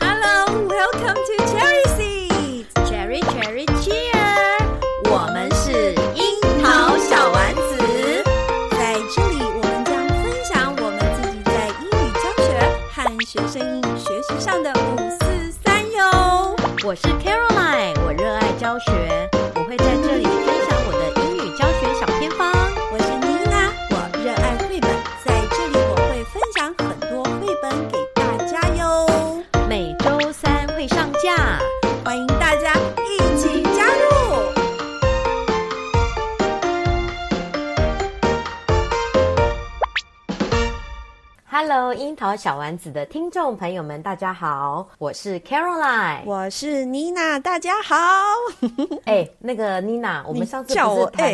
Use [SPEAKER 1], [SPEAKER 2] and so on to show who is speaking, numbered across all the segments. [SPEAKER 1] Hello, welcome to Cherry Seeds. Cherry, Cherry, Cheer. 我们是樱桃小丸子，在这里我们将分享我们自己在英语教学和学生英语学习上的五四三哟。
[SPEAKER 2] 我是 Caroline，我热爱教学，我会在这里分享我的英语教学小偏方。
[SPEAKER 1] 我是妮娜，我热爱绘本，在这里我会分享很多绘本给大家哟，
[SPEAKER 2] 每周三会上架。
[SPEAKER 1] 欢迎大家一起加入。
[SPEAKER 2] Hello，樱桃小丸子的听众朋友们，大家好，我是 Caroline。
[SPEAKER 1] 我是妮娜，大家好。
[SPEAKER 2] 哎、那个 Nina，我
[SPEAKER 1] 我
[SPEAKER 2] 们上次
[SPEAKER 1] 叫
[SPEAKER 2] 不
[SPEAKER 1] 我哎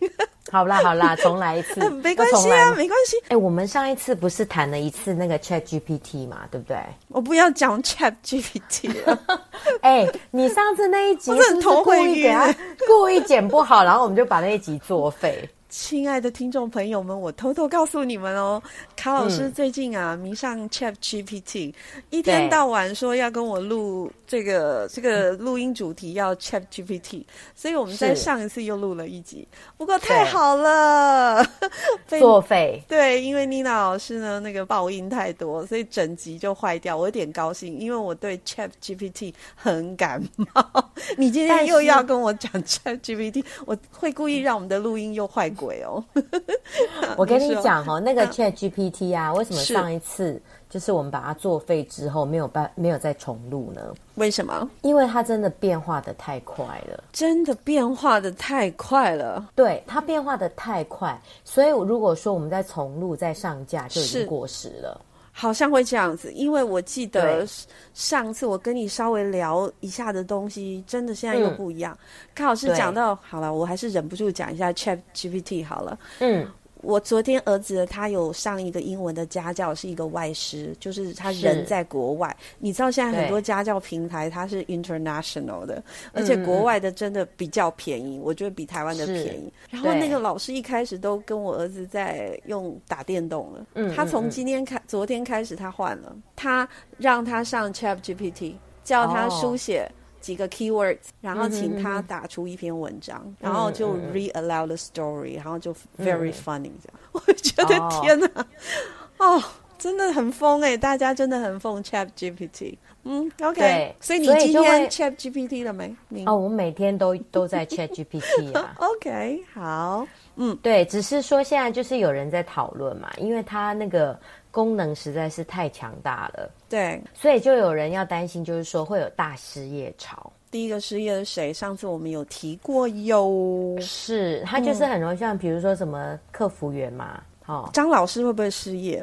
[SPEAKER 2] 是谈、 好啦好啦，重来一次，
[SPEAKER 1] 没关
[SPEAKER 2] 又重
[SPEAKER 1] 系
[SPEAKER 2] 来
[SPEAKER 1] 啊，
[SPEAKER 2] 吗
[SPEAKER 1] 没关系。
[SPEAKER 2] 哎、我们上一次不是谈了一次那个 Chat GPT 嘛，对不对？
[SPEAKER 1] 我不要讲 Chat GPT 了，
[SPEAKER 2] 哎、你上次那一集
[SPEAKER 1] 我
[SPEAKER 2] 是
[SPEAKER 1] 真
[SPEAKER 2] 不
[SPEAKER 1] 的
[SPEAKER 2] 是
[SPEAKER 1] 头
[SPEAKER 2] 故
[SPEAKER 1] 会
[SPEAKER 2] 意给他
[SPEAKER 1] 晕
[SPEAKER 2] 故意剪不好，然后我们就把那一集作废？
[SPEAKER 1] 亲爱的听众朋友们，我偷偷告诉你们哦，卡老师最近啊、迷上 Chat GPT，一天到晚说要跟我录这个这个录音主题要 Chat GPT，所以我们在
[SPEAKER 2] 是
[SPEAKER 1] 上一次又录了一集，不过太好了， 被
[SPEAKER 2] 作废。
[SPEAKER 1] 对，因为妮娜老师呢，那个爆音太多，所以整集就坏掉。我有点高兴，因为我对 Chat GPT 很感冒。你今
[SPEAKER 2] 但
[SPEAKER 1] 天
[SPEAKER 2] 是
[SPEAKER 1] 又要跟我讲 Chat GPT，我会故意让我们的录音又坏鬼哦。
[SPEAKER 2] 我跟你
[SPEAKER 1] 你说嗯
[SPEAKER 2] 讲哦，那个 Chat GPT 啊，为什么
[SPEAKER 1] 是
[SPEAKER 2] 上一次就是我们把它作废之后没有办没有再重录呢？
[SPEAKER 1] 为什么？
[SPEAKER 2] 因为它真的变化的太快了，
[SPEAKER 1] 真的变化的太快了。
[SPEAKER 2] 对它变化的太快，所以如果说我们再重录再上架就已经
[SPEAKER 1] 是
[SPEAKER 2] 过时了。
[SPEAKER 1] 好像会这样子，因为我记得
[SPEAKER 2] 对
[SPEAKER 1] 上次我跟你稍微聊一下的东西，真的现在又
[SPEAKER 2] 嗯
[SPEAKER 1] 不一样。康老师
[SPEAKER 2] 对
[SPEAKER 1] 讲到，好了，我还是忍不住讲一下 Chat GPT 好了。
[SPEAKER 2] 嗯，
[SPEAKER 1] 我昨天儿子他有上一个英文的家教，是一个外师，就是他
[SPEAKER 2] 是
[SPEAKER 1] 人在国外。你知道现在很
[SPEAKER 2] 对嗯
[SPEAKER 1] 多家教平台它是 international 的，而且国外的真的比较便宜，我觉得比台湾的
[SPEAKER 2] 是
[SPEAKER 1] 便宜。然后
[SPEAKER 2] 对
[SPEAKER 1] 那个老师一开始都跟我儿子在用打电动了，
[SPEAKER 2] 嗯
[SPEAKER 1] 他
[SPEAKER 2] 嗯
[SPEAKER 1] 从
[SPEAKER 2] 嗯
[SPEAKER 1] 今天开，昨天开始他换了，他让他上 Chat GPT，叫他
[SPEAKER 2] 哦
[SPEAKER 1] 书写。几个 keywords，然后请他
[SPEAKER 2] 嗯哼嗯哼
[SPEAKER 1] 打出一篇文章，然后就
[SPEAKER 2] 嗯嗯嗯
[SPEAKER 1] read aloud the story，然后就 very
[SPEAKER 2] 嗯
[SPEAKER 1] funny 这样。 我觉得
[SPEAKER 2] 哦
[SPEAKER 1] 天哪，哦，真的很疯哎、大家真的很疯 Chat GPT。嗯，OK，
[SPEAKER 2] 对
[SPEAKER 1] 所以你
[SPEAKER 2] 所以
[SPEAKER 1] 今
[SPEAKER 2] 就
[SPEAKER 1] 天
[SPEAKER 2] 会
[SPEAKER 1] Chat GPT 了没？你
[SPEAKER 2] 哦，我每天都都在 Chat GPT 啊。
[SPEAKER 1] ，OK，好，
[SPEAKER 2] 对，只是说现在就是有人在讨论嘛，因为它那个功能实在是太强大了，
[SPEAKER 1] 对，
[SPEAKER 2] 所以就有人要担心，就是说会有大失业潮。
[SPEAKER 1] 第一个失业的谁？上次我们有提过哟，
[SPEAKER 2] 是，它就是
[SPEAKER 1] 嗯
[SPEAKER 2] 很容易像比如说什么客服员嘛，哦，
[SPEAKER 1] 张老师会不会失业？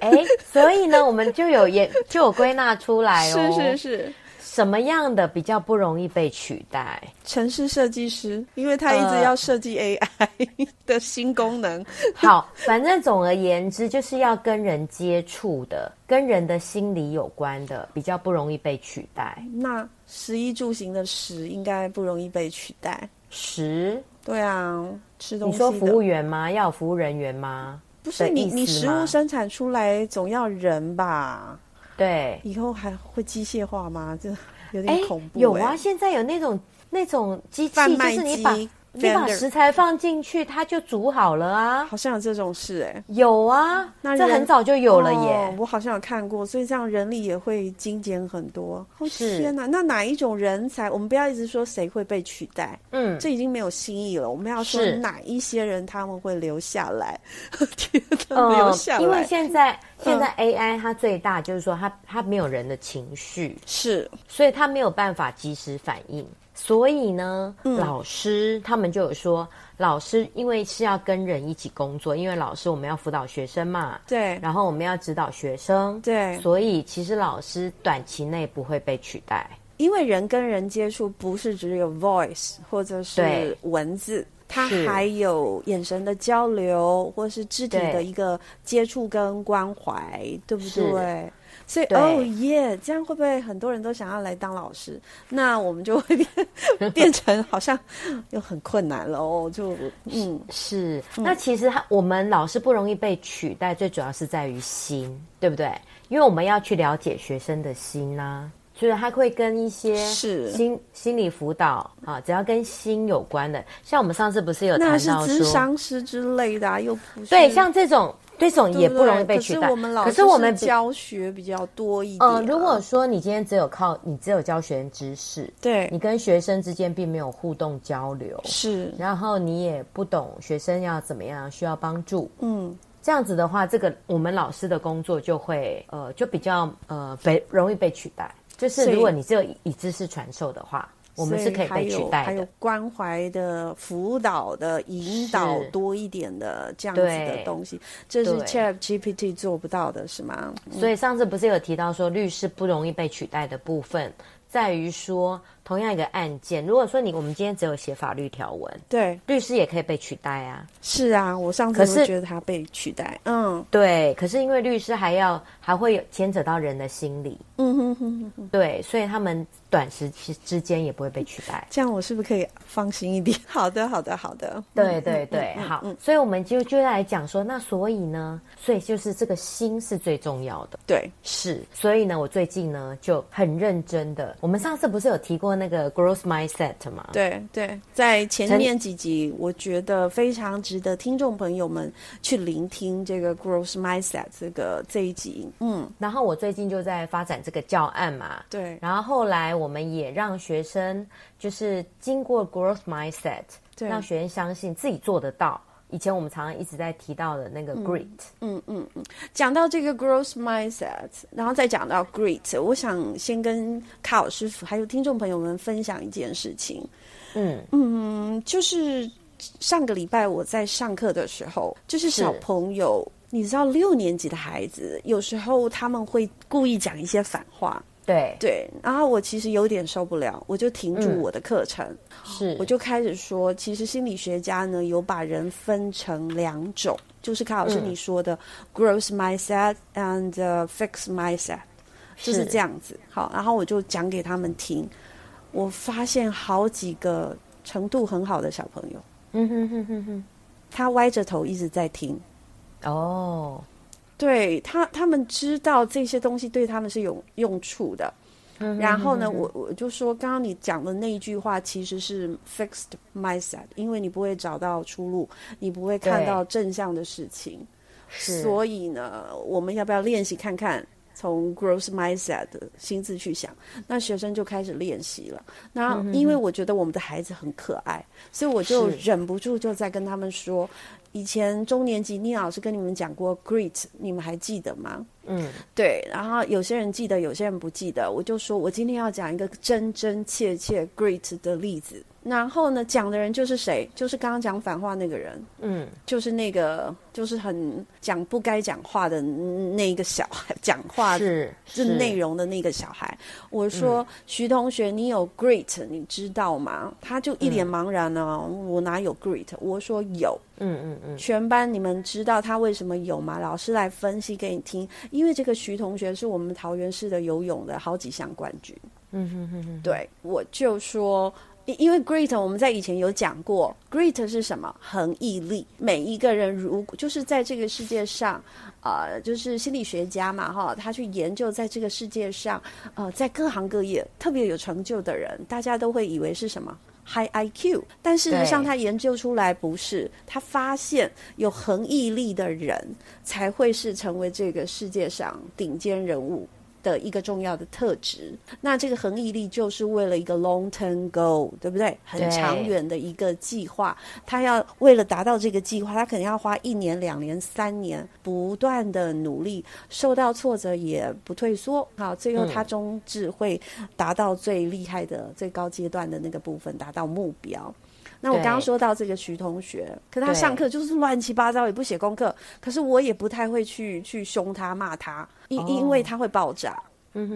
[SPEAKER 2] 哎，所以呢，我们就 有也就有归纳出来哦，
[SPEAKER 1] 是是，是，
[SPEAKER 2] 什么样的比较不容易被取代？
[SPEAKER 1] 城市设计师，因为他一直
[SPEAKER 2] 呃
[SPEAKER 1] 要设计 AI 的新功能，
[SPEAKER 2] 好，反正总而言之，就是要跟人接触的，跟人的心理有关的，比较不容易被取代。
[SPEAKER 1] 那食衣住行的食应该不容易被取代。
[SPEAKER 2] 十，
[SPEAKER 1] 对啊，吃东
[SPEAKER 2] 你
[SPEAKER 1] 西
[SPEAKER 2] 说
[SPEAKER 1] 的
[SPEAKER 2] 服务员吗？要有服务人员吗？
[SPEAKER 1] 不是你，你
[SPEAKER 2] 的意思
[SPEAKER 1] 食
[SPEAKER 2] 吗
[SPEAKER 1] 物生产出来总要人吧？
[SPEAKER 2] 对，
[SPEAKER 1] 以后还会机械化吗？这有
[SPEAKER 2] 哎
[SPEAKER 1] 点恐怖、欸。
[SPEAKER 2] 啊有啊，，现在有那种那种机器，
[SPEAKER 1] 贩
[SPEAKER 2] 就
[SPEAKER 1] 卖
[SPEAKER 2] 是你
[SPEAKER 1] 机
[SPEAKER 2] 把。你把
[SPEAKER 1] blender
[SPEAKER 2] 食材放进去，它就煮好了啊。
[SPEAKER 1] 好像有这种事哎、
[SPEAKER 2] 有啊，
[SPEAKER 1] 那
[SPEAKER 2] 这
[SPEAKER 1] 人
[SPEAKER 2] 很早就有了耶
[SPEAKER 1] 哦。我好像有看过，所以这样人力也会精简很多。哦
[SPEAKER 2] 是
[SPEAKER 1] 天哪，那哪一种人才？我们不要一直说谁会被取代，
[SPEAKER 2] 嗯，
[SPEAKER 1] 这已经没有新意了。我们要说
[SPEAKER 2] 是
[SPEAKER 1] 哪一些人他们会留下来？ 天哪，留
[SPEAKER 2] 呃
[SPEAKER 1] 下，来，嗯
[SPEAKER 2] 因为现在现在 AI 它最大就是说它它没有人的情绪，
[SPEAKER 1] 是
[SPEAKER 2] 所以它没有办法及时反应。所以呢，
[SPEAKER 1] 嗯
[SPEAKER 2] 老师他们就有说，老师因为是要跟人一起工作，因为老师我们要辅导学生嘛，
[SPEAKER 1] 对
[SPEAKER 2] 然后我们要指导学生，
[SPEAKER 1] 对
[SPEAKER 2] 所以其实老师短期内不会被取代，
[SPEAKER 1] 因为人跟人接触不是只有 voice 或者是
[SPEAKER 2] 对
[SPEAKER 1] 文字，它
[SPEAKER 2] 是
[SPEAKER 1] 还有眼神的交流，或是肢体
[SPEAKER 2] 对
[SPEAKER 1] 的一个接触跟关怀，对不
[SPEAKER 2] 是
[SPEAKER 1] 对？所以
[SPEAKER 2] 对
[SPEAKER 1] 哦耶，这样会不会很多人都想要来当老师？那我们就会变 变成好像又很困难了哦，就嗯
[SPEAKER 2] 是，那其实他我们老师不容易被取代，最主要是在于心，对不对？因为我们要去了解学生的心呐、啊所以他会跟一些
[SPEAKER 1] 是
[SPEAKER 2] 心心理辅导啊，只要跟心有关的，像我们上次不是有谈
[SPEAKER 1] 那是
[SPEAKER 2] 到
[SPEAKER 1] 智
[SPEAKER 2] 说，
[SPEAKER 1] 商师之类的、啊，又不是
[SPEAKER 2] 对，像这种这种
[SPEAKER 1] 对
[SPEAKER 2] 也
[SPEAKER 1] 不
[SPEAKER 2] 不容易
[SPEAKER 1] 对
[SPEAKER 2] 被取代。
[SPEAKER 1] 可是我们老
[SPEAKER 2] 可
[SPEAKER 1] 师
[SPEAKER 2] 是我们比
[SPEAKER 1] 教学比较多一点啊、
[SPEAKER 2] 呃，如果说你今天只有靠你只有教学生知识，
[SPEAKER 1] 对
[SPEAKER 2] 你跟学生之间并没有互动交流，
[SPEAKER 1] 是
[SPEAKER 2] 然后你也不懂学生要怎么样需要帮助，
[SPEAKER 1] 嗯。
[SPEAKER 2] 这样子的话，这个我们老师的工作就会呃就比较呃被容易被取代。就是
[SPEAKER 1] 所以
[SPEAKER 2] 如果你只有以以知识传授的话，我们是可以被取
[SPEAKER 1] 所以还有还
[SPEAKER 2] 代
[SPEAKER 1] 有
[SPEAKER 2] 的。
[SPEAKER 1] 关怀的、辅导的、引导
[SPEAKER 2] 是
[SPEAKER 1] 多一点的这样子的
[SPEAKER 2] 对
[SPEAKER 1] 东西，这是
[SPEAKER 2] 对
[SPEAKER 1] Chat GPT 做不到的，是吗？
[SPEAKER 2] 所以上次不是有提到说律师不容易被取代的部分，在于说同样一个案件，如果说你我们今天只有写法律条文，
[SPEAKER 1] 对，
[SPEAKER 2] 律师也可以被取代啊。
[SPEAKER 1] 是啊，我上次
[SPEAKER 2] 可是
[SPEAKER 1] 就觉得他被取代，嗯
[SPEAKER 2] 对，可是因为律师还要还会有牵扯到人的心理，
[SPEAKER 1] 嗯哼哼哼哼，
[SPEAKER 2] 对，所以他们短时期之间也不会被取代。
[SPEAKER 1] 这样我是不是可以放心一点？ 好的，好的，好的，嗯
[SPEAKER 2] 对对对，好，所以我们就就来讲说，那所以呢，所以就是这个心是最重要的，
[SPEAKER 1] 对，
[SPEAKER 2] 是，所以呢，我最近呢就很认真的，我们上次不是有提过那个 growth mindset 吗？
[SPEAKER 1] 对对，在前
[SPEAKER 2] 陈
[SPEAKER 1] 面几集，我觉得非常值得听众朋友们去聆听这个 Growth Mindset 这个这一集，嗯，
[SPEAKER 2] 然后我最近就在发展这个教案嘛，
[SPEAKER 1] 对
[SPEAKER 2] 然后后来我们也让学生就是经过 growth mindset，
[SPEAKER 1] 对
[SPEAKER 2] 让学生相信自己做得到。以前我们常常一直在提到的那
[SPEAKER 1] 嗯
[SPEAKER 2] 个 grit，、
[SPEAKER 1] 讲到这个 growth mindset，然后再讲到 grit，我想先跟卡老师傅还有听众朋友们分享一件事情。
[SPEAKER 2] 嗯
[SPEAKER 1] 嗯，就是上个礼拜我在上课的时候，就是小朋友，你知道六年级的孩子，有时候他们会故意讲一些反话，
[SPEAKER 2] 对，
[SPEAKER 1] 对，然后我其实有点受不了，我就停住
[SPEAKER 2] 嗯
[SPEAKER 1] 我的课程，
[SPEAKER 2] 是，
[SPEAKER 1] 我就开始说，其实心理学家呢有把人分成两种，就是卡老师
[SPEAKER 2] 嗯
[SPEAKER 1] 你说的、growth mindset and uh, fixed mindset，就是这样子。好，然后我就讲给他们听，我发现好几个程度很好的小朋友，
[SPEAKER 2] 嗯哼哼哼哼，
[SPEAKER 1] 他歪着头一直在听。
[SPEAKER 2] 哦，
[SPEAKER 1] 对他，他们知道这些东西对他们是有用处的。
[SPEAKER 2] 嗯哼
[SPEAKER 1] 然后呢，
[SPEAKER 2] 哼哼
[SPEAKER 1] 我我就说，刚刚你讲的那一句话其实是 fixed mindset，因为你不会找到出路，你不会看
[SPEAKER 2] 对
[SPEAKER 1] 到正向的事情，
[SPEAKER 2] 是
[SPEAKER 1] 所以呢，我们要不要练习看看？从 growth mindset 的心智去想，那学生就开始练习了。那因为我觉得我们的孩子很可爱，所以我就是忍不住就在跟他们说，以前中年级聂老师跟你们讲过 grit，你们还记得吗？
[SPEAKER 2] 嗯，
[SPEAKER 1] 对，然后有些人记得，有些人不记得。我就说我今天要讲一个真真切切 great 的例子。然后呢，讲的人就是谁？就是刚刚讲反话那个人，
[SPEAKER 2] 嗯，
[SPEAKER 1] 就是那个就是很讲不该讲话的那个小孩，讲话
[SPEAKER 2] 是嗯
[SPEAKER 1] 就是内容的那个小孩。我说、徐同学，你有 great，你知道吗？他就一脸茫然呢、我哪有 great？我说有，
[SPEAKER 2] 嗯嗯嗯，
[SPEAKER 1] 全班你们知道他为什么有吗？老师来分析给你听，因为这个徐同学是我们桃园市的游泳的好几项冠军。
[SPEAKER 2] 嗯哼哼哼，
[SPEAKER 1] 对，我就说。因因为 great，我们在以前有讲过，great 是什么？恒毅力。每一个人如果就是在这个世界上，呃，就是心理学家嘛，哈，他去研究在这个世界上，呃，在各行各业特别有成就的人，大家都会以为是什么 high IQ，但事实上
[SPEAKER 2] 对
[SPEAKER 1] 他研究出来不是，他发现有恒毅力的人才会是成为这个世界上顶尖人物。的一个重要的特质，那这个恒毅力就是为了一个 long term goal，对不对？很
[SPEAKER 2] 对
[SPEAKER 1] 长远的一个计划，他要为了达到这个计划，他可能要花一年、两年、三年不断的努力，受到挫折也不退缩，好，最后他终至会达到最厉害的、最高阶段的那个部分，达到目标。那我
[SPEAKER 2] 对
[SPEAKER 1] 刚刚说到这个徐同学，可他
[SPEAKER 2] 对
[SPEAKER 1] 上课就是乱七八糟，也不写功课，可是我也不太会去去凶他骂他，因、因为他会爆炸。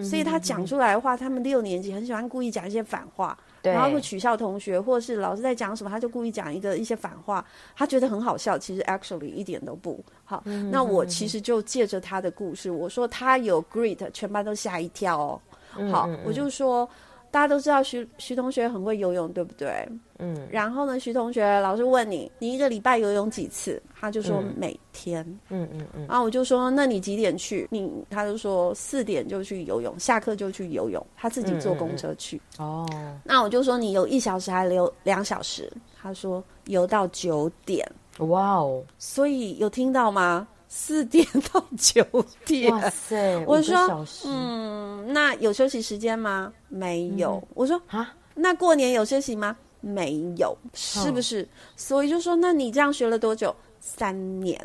[SPEAKER 1] 所以他讲出来的话，他们六年级很喜欢故意讲一些反话，
[SPEAKER 2] 对
[SPEAKER 1] 然后会取笑同学，或是老师在讲什么，他就故意讲一个一些反话，他觉得很好笑，其实 actually 一点都不好。
[SPEAKER 2] 嗯
[SPEAKER 1] 那我其实就借着他的故事，我说他有 great，全班都吓一跳哦。
[SPEAKER 2] 嗯
[SPEAKER 1] 好，我就说。大家都知道徐徐同学很会游泳，对不对？嗯。然后呢，徐同学老师问你，你一个礼拜游泳几次？他就说每天。
[SPEAKER 2] 嗯嗯嗯，
[SPEAKER 1] 然后我就说，那你几点去？你他就说四点就去游泳，下课就去游泳，他自
[SPEAKER 2] 嗯
[SPEAKER 1] 己坐公车去。
[SPEAKER 2] 哦，
[SPEAKER 1] 那我就说你有一小时还留两小时，他说游到九点，
[SPEAKER 2] 哇哦，
[SPEAKER 1] 所以有听到吗？四点到九点，
[SPEAKER 2] 哇塞，
[SPEAKER 1] 我
[SPEAKER 2] 五个
[SPEAKER 1] 说
[SPEAKER 2] 小时
[SPEAKER 1] 嗯，那有休息时间吗？没有。我说
[SPEAKER 2] 啊，
[SPEAKER 1] 那过年有休息吗？没有，是
[SPEAKER 2] 嗯
[SPEAKER 1] 不是？所以就说，那你这样学了多久？三年，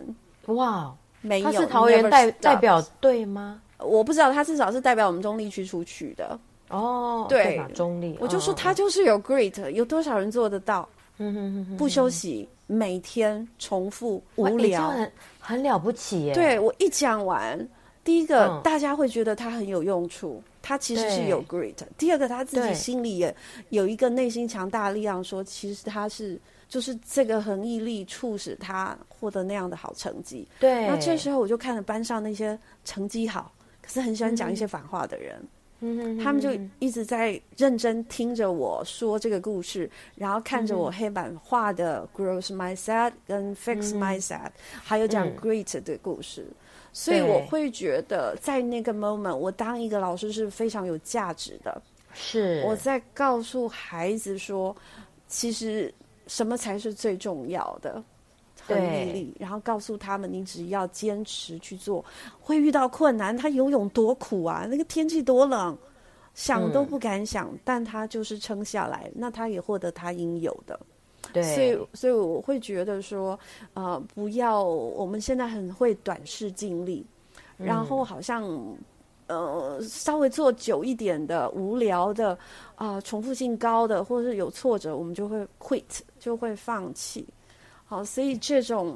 [SPEAKER 2] 哇哦，
[SPEAKER 1] 没有。
[SPEAKER 2] 他是桃园代
[SPEAKER 1] never stop
[SPEAKER 2] 代表队吗？
[SPEAKER 1] 我不知道他至少是代表我们中立区出去的。
[SPEAKER 2] 哦，
[SPEAKER 1] 对
[SPEAKER 2] 吧？中立，
[SPEAKER 1] 我就说
[SPEAKER 2] 嗯
[SPEAKER 1] 他，就是有 great，有多少人做得到？
[SPEAKER 2] 嗯嗯嗯嗯
[SPEAKER 1] 不休息，每天重复
[SPEAKER 2] 哇
[SPEAKER 1] 无
[SPEAKER 2] 你这样
[SPEAKER 1] 聊。
[SPEAKER 2] 很很了不起耶，
[SPEAKER 1] 对我一讲完，第一个、
[SPEAKER 2] 嗯
[SPEAKER 1] 大家会觉得他很有用处，他其实是有 great。第二个他自己
[SPEAKER 2] 对
[SPEAKER 1] 心里也有一个内心强大的力量说其实他是就是这个恒毅力促使他获得那样的好成绩。
[SPEAKER 2] 对，
[SPEAKER 1] 那这时候我就看了班上那些成绩好，可是很喜欢讲一些反话的人。
[SPEAKER 2] 嗯
[SPEAKER 1] 他们就一直在认真听着我说这个故事，然后看
[SPEAKER 2] 嗯
[SPEAKER 1] 着我黑板画的 “grows mindset” 跟 “fix mindset”，、还有讲
[SPEAKER 2] 嗯
[SPEAKER 1] “great” 的故事。所以
[SPEAKER 2] 对
[SPEAKER 1] 我会觉得，在那个 moment，我当一个老师是非常有价值的。
[SPEAKER 2] 是
[SPEAKER 1] 我在告诉孩子说，其实什么才是最重要的。恒毅
[SPEAKER 2] 对
[SPEAKER 1] 力，然后告诉他们，你只要坚持去做，会遇到困难。他游泳多苦啊，那个天气多冷，想
[SPEAKER 2] 嗯
[SPEAKER 1] 都不敢想，但他就是撑下来，那他也获得他应有的。
[SPEAKER 2] 对，
[SPEAKER 1] 所以，所以我会觉得说，呃，不要，我们现在很会短视尽力，然后好像。呃，稍微做久一点的、无聊的、啊、重复性高的，或者是有挫折，我们就会 quit，就会放弃。好，所以这种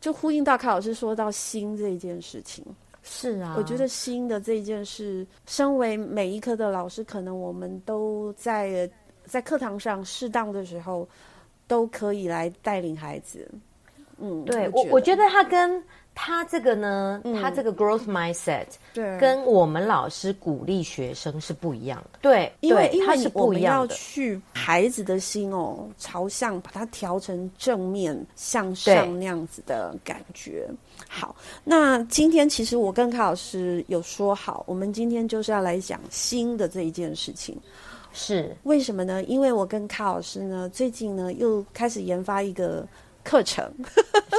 [SPEAKER 1] 就呼应到凯老师说到心这一件事情。
[SPEAKER 2] 是啊，
[SPEAKER 1] 我觉得新的这一件事，身为每一科的老师，可能我们都在在课堂上适当的时候，都可以来带领孩子。嗯，
[SPEAKER 2] 对我，我觉得他跟他这个呢，他这个 growth mindset
[SPEAKER 1] 对，
[SPEAKER 2] 跟我们老师鼓励学生是不一样的。对，
[SPEAKER 1] 因为
[SPEAKER 2] 对
[SPEAKER 1] 因
[SPEAKER 2] 它
[SPEAKER 1] 为
[SPEAKER 2] 是
[SPEAKER 1] 你我
[SPEAKER 2] 不
[SPEAKER 1] 们
[SPEAKER 2] 一
[SPEAKER 1] 要
[SPEAKER 2] 样的。
[SPEAKER 1] 去孩子的心哦，朝向把它调成正面向上
[SPEAKER 2] 对
[SPEAKER 1] 那样子的感觉。好，那今天其实我跟卡老师有说好，我们今天就是要来讲新的这一件事情。
[SPEAKER 2] 是
[SPEAKER 1] 为什么呢？因为我跟卡老师呢，最近呢又开始研发一个课程。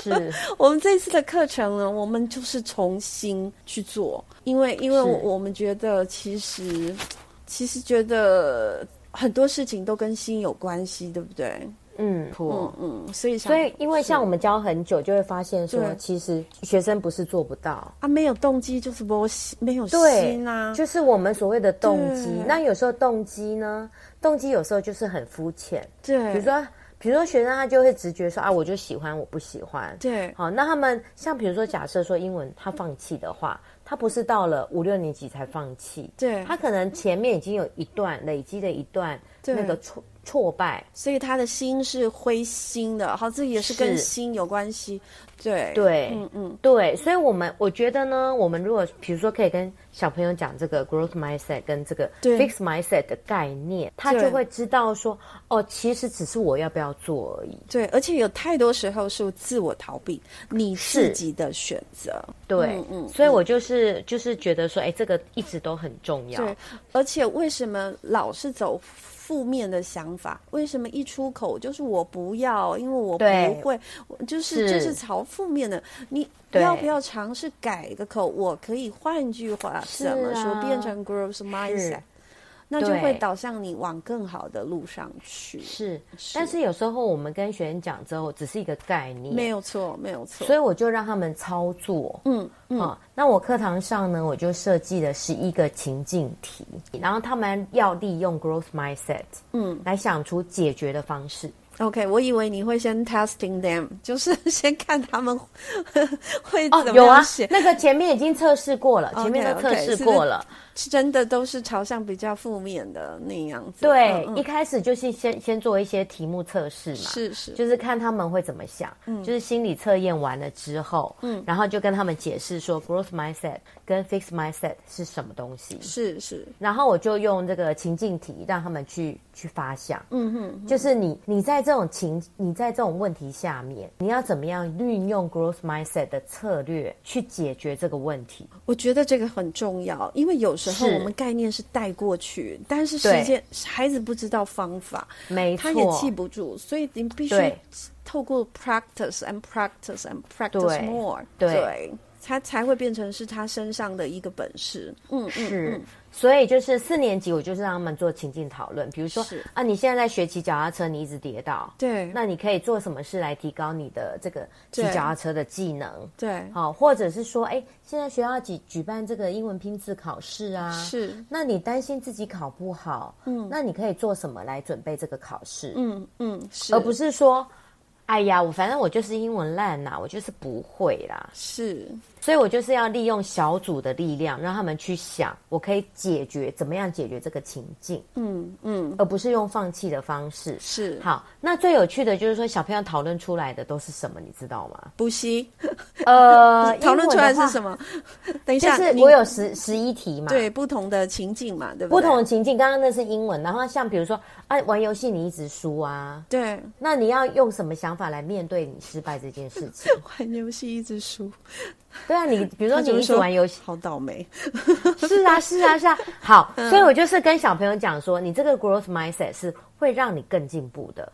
[SPEAKER 2] 是，
[SPEAKER 1] 我们这次的课程呢，我们就是重新去做，因为因为
[SPEAKER 2] 是
[SPEAKER 1] 我我们觉得其实其实觉得很多事情都跟心有关系，对不对？
[SPEAKER 2] 嗯，
[SPEAKER 1] 嗯嗯，所以想
[SPEAKER 2] 所以，因为像我
[SPEAKER 1] 是
[SPEAKER 2] 们教很久，就会发现说
[SPEAKER 1] 对，
[SPEAKER 2] 其实学生不是做不到，
[SPEAKER 1] 啊没有动机就是没有心没有
[SPEAKER 2] 对
[SPEAKER 1] 心啊，
[SPEAKER 2] 就是我们所谓的动机
[SPEAKER 1] 对。
[SPEAKER 2] 那有时候动机呢，动机有时候就是很肤浅，
[SPEAKER 1] 对，
[SPEAKER 2] 比如说。比如说，学生他就会直觉说啊，我就喜欢，我不喜欢。
[SPEAKER 1] 对
[SPEAKER 2] 好，那他们像比如说，假设说英文他放弃的话，他不是到了五六年级才放弃，
[SPEAKER 1] 对
[SPEAKER 2] 他可能前面已经有一段累积的一段
[SPEAKER 1] 对
[SPEAKER 2] 那个挫挫败，
[SPEAKER 1] 所以他的心是灰心的，好，这也是跟
[SPEAKER 2] 是
[SPEAKER 1] 心有关系，对
[SPEAKER 2] 对
[SPEAKER 1] 嗯嗯，
[SPEAKER 2] 对，所以我们我觉得呢，我们如果比如说可以跟小朋友讲这个 growth mindset 跟这个
[SPEAKER 1] 对
[SPEAKER 2] fix mindset 的概念，他
[SPEAKER 1] 对
[SPEAKER 2] 就会知道说，哦，其实只是我要不要做而已。
[SPEAKER 1] 对，而且有太多时候是自我逃避，你自
[SPEAKER 2] 是
[SPEAKER 1] 己的选择。
[SPEAKER 2] 对，
[SPEAKER 1] 嗯嗯
[SPEAKER 2] 所以我就是就是就是觉得说，哎、这个一直都很重要。
[SPEAKER 1] 对，而且为什么老是走负面的想法？为什么一出口就是我不要，因为我
[SPEAKER 2] 对
[SPEAKER 1] 不会，我就是
[SPEAKER 2] 是
[SPEAKER 1] 就是朝负面的。你
[SPEAKER 2] 对
[SPEAKER 1] 要不要尝试改个口？我可以换句话
[SPEAKER 2] 是
[SPEAKER 1] 怎么说，
[SPEAKER 2] 啊
[SPEAKER 1] 变成 growth mindset，那就会
[SPEAKER 2] 对
[SPEAKER 1] 导向你往更好的路上去。
[SPEAKER 2] 是，但是有时候我们跟学员讲之后，只是一个概念，
[SPEAKER 1] 没有错，没有错
[SPEAKER 2] 所。以我就让他们操作。嗯嗯、那我课堂上呢，我就设计了十一个情境题，然后他们要利用 growth mindset，嗯，来想出解决的方式。
[SPEAKER 1] OK，我以为你会先 testing them，就是 先看他 们会
[SPEAKER 2] 哦
[SPEAKER 1] 怎，么
[SPEAKER 2] 有啊
[SPEAKER 1] 样写，。
[SPEAKER 2] 那个前面已经测试过 了，前面都
[SPEAKER 1] OK，OK，
[SPEAKER 2] 测试
[SPEAKER 1] 是嗯
[SPEAKER 2] 过了。
[SPEAKER 1] 是真的都是朝向比较负面的那样子。
[SPEAKER 2] 对，
[SPEAKER 1] 嗯嗯
[SPEAKER 2] 一开始就是先先做一些题目测试嘛，
[SPEAKER 1] 是嗯是
[SPEAKER 2] 就是看他们会怎么想，就是心理测验完了之后，嗯，然后就跟他们解释说 growth mindset 跟 fixed mindset 是什么东西，
[SPEAKER 1] 是是，
[SPEAKER 2] 然后我就用这个情境题让他们去去发想，嗯哼，就是你你在这种情你在这种问题下面，你要怎么样运用 growth mindset 的策略去解决这个问题？
[SPEAKER 1] 我觉得这个很重要，因为有时候
[SPEAKER 2] 是
[SPEAKER 1] 我们概念是带过去，但是时
[SPEAKER 2] 对
[SPEAKER 1] 间孩子不知道方法，
[SPEAKER 2] 没错，
[SPEAKER 1] 他也嗯记不住，所以你必须
[SPEAKER 2] 对
[SPEAKER 1] 透过 practice and practice and practice
[SPEAKER 2] 对
[SPEAKER 1] more，
[SPEAKER 2] 对
[SPEAKER 1] 他才会变成是他身上的一个本事。嗯嗯，
[SPEAKER 2] 是，所以就是四年级，我就是让他们做情境讨论，比如说
[SPEAKER 1] 是
[SPEAKER 2] 啊，你现在在学骑脚踏车，你一直跌倒，
[SPEAKER 1] 对
[SPEAKER 2] 那你可以做什么事来提高你的这个骑
[SPEAKER 1] 对
[SPEAKER 2] 脚踏车的技能？
[SPEAKER 1] 对，
[SPEAKER 2] 好、或者是说，哎，现在学校举举办这个英文拼字考试啊，
[SPEAKER 1] 是，
[SPEAKER 2] 那你担心自己考不好，嗯，那你可以做什么来准备这个考试？嗯，
[SPEAKER 1] 嗯嗯，是，
[SPEAKER 2] 而不是说，哎呀，我反正我就是英文烂啦，我就是不会啦，
[SPEAKER 1] 是
[SPEAKER 2] 所以我就是要利用小组的力量，让他们去想，我可以解决怎么样解决这个情境，
[SPEAKER 1] 嗯嗯
[SPEAKER 2] 而不是用放弃的方式。
[SPEAKER 1] 是
[SPEAKER 2] 好，那最有趣的就是说，小朋友讨论出来的都是什么，你知 道吗？
[SPEAKER 1] 补习
[SPEAKER 2] 呃，
[SPEAKER 1] 讨论出来是什
[SPEAKER 2] 么？
[SPEAKER 1] 么？ 等一
[SPEAKER 2] 就
[SPEAKER 1] 下，
[SPEAKER 2] 是
[SPEAKER 1] 你
[SPEAKER 2] 我有十十一题嘛，，
[SPEAKER 1] 对不同的情境嘛，对
[SPEAKER 2] 不
[SPEAKER 1] 对
[SPEAKER 2] 同的情境。刚刚那是英文，然后像比如说，啊，玩游戏你一直输啊，
[SPEAKER 1] 对
[SPEAKER 2] 那你要用什么想法来面对你失败这件事情？
[SPEAKER 1] 玩游戏一直输，
[SPEAKER 2] 对啊，你比如说
[SPEAKER 1] 他就
[SPEAKER 2] 你
[SPEAKER 1] 会
[SPEAKER 2] 一直玩游戏，
[SPEAKER 1] 好倒霉。
[SPEAKER 2] 是啊，是啊，是啊。好，
[SPEAKER 1] 嗯
[SPEAKER 2] 所以我就是跟小朋友讲说，你这个 growth mindset 是会让你更进步的，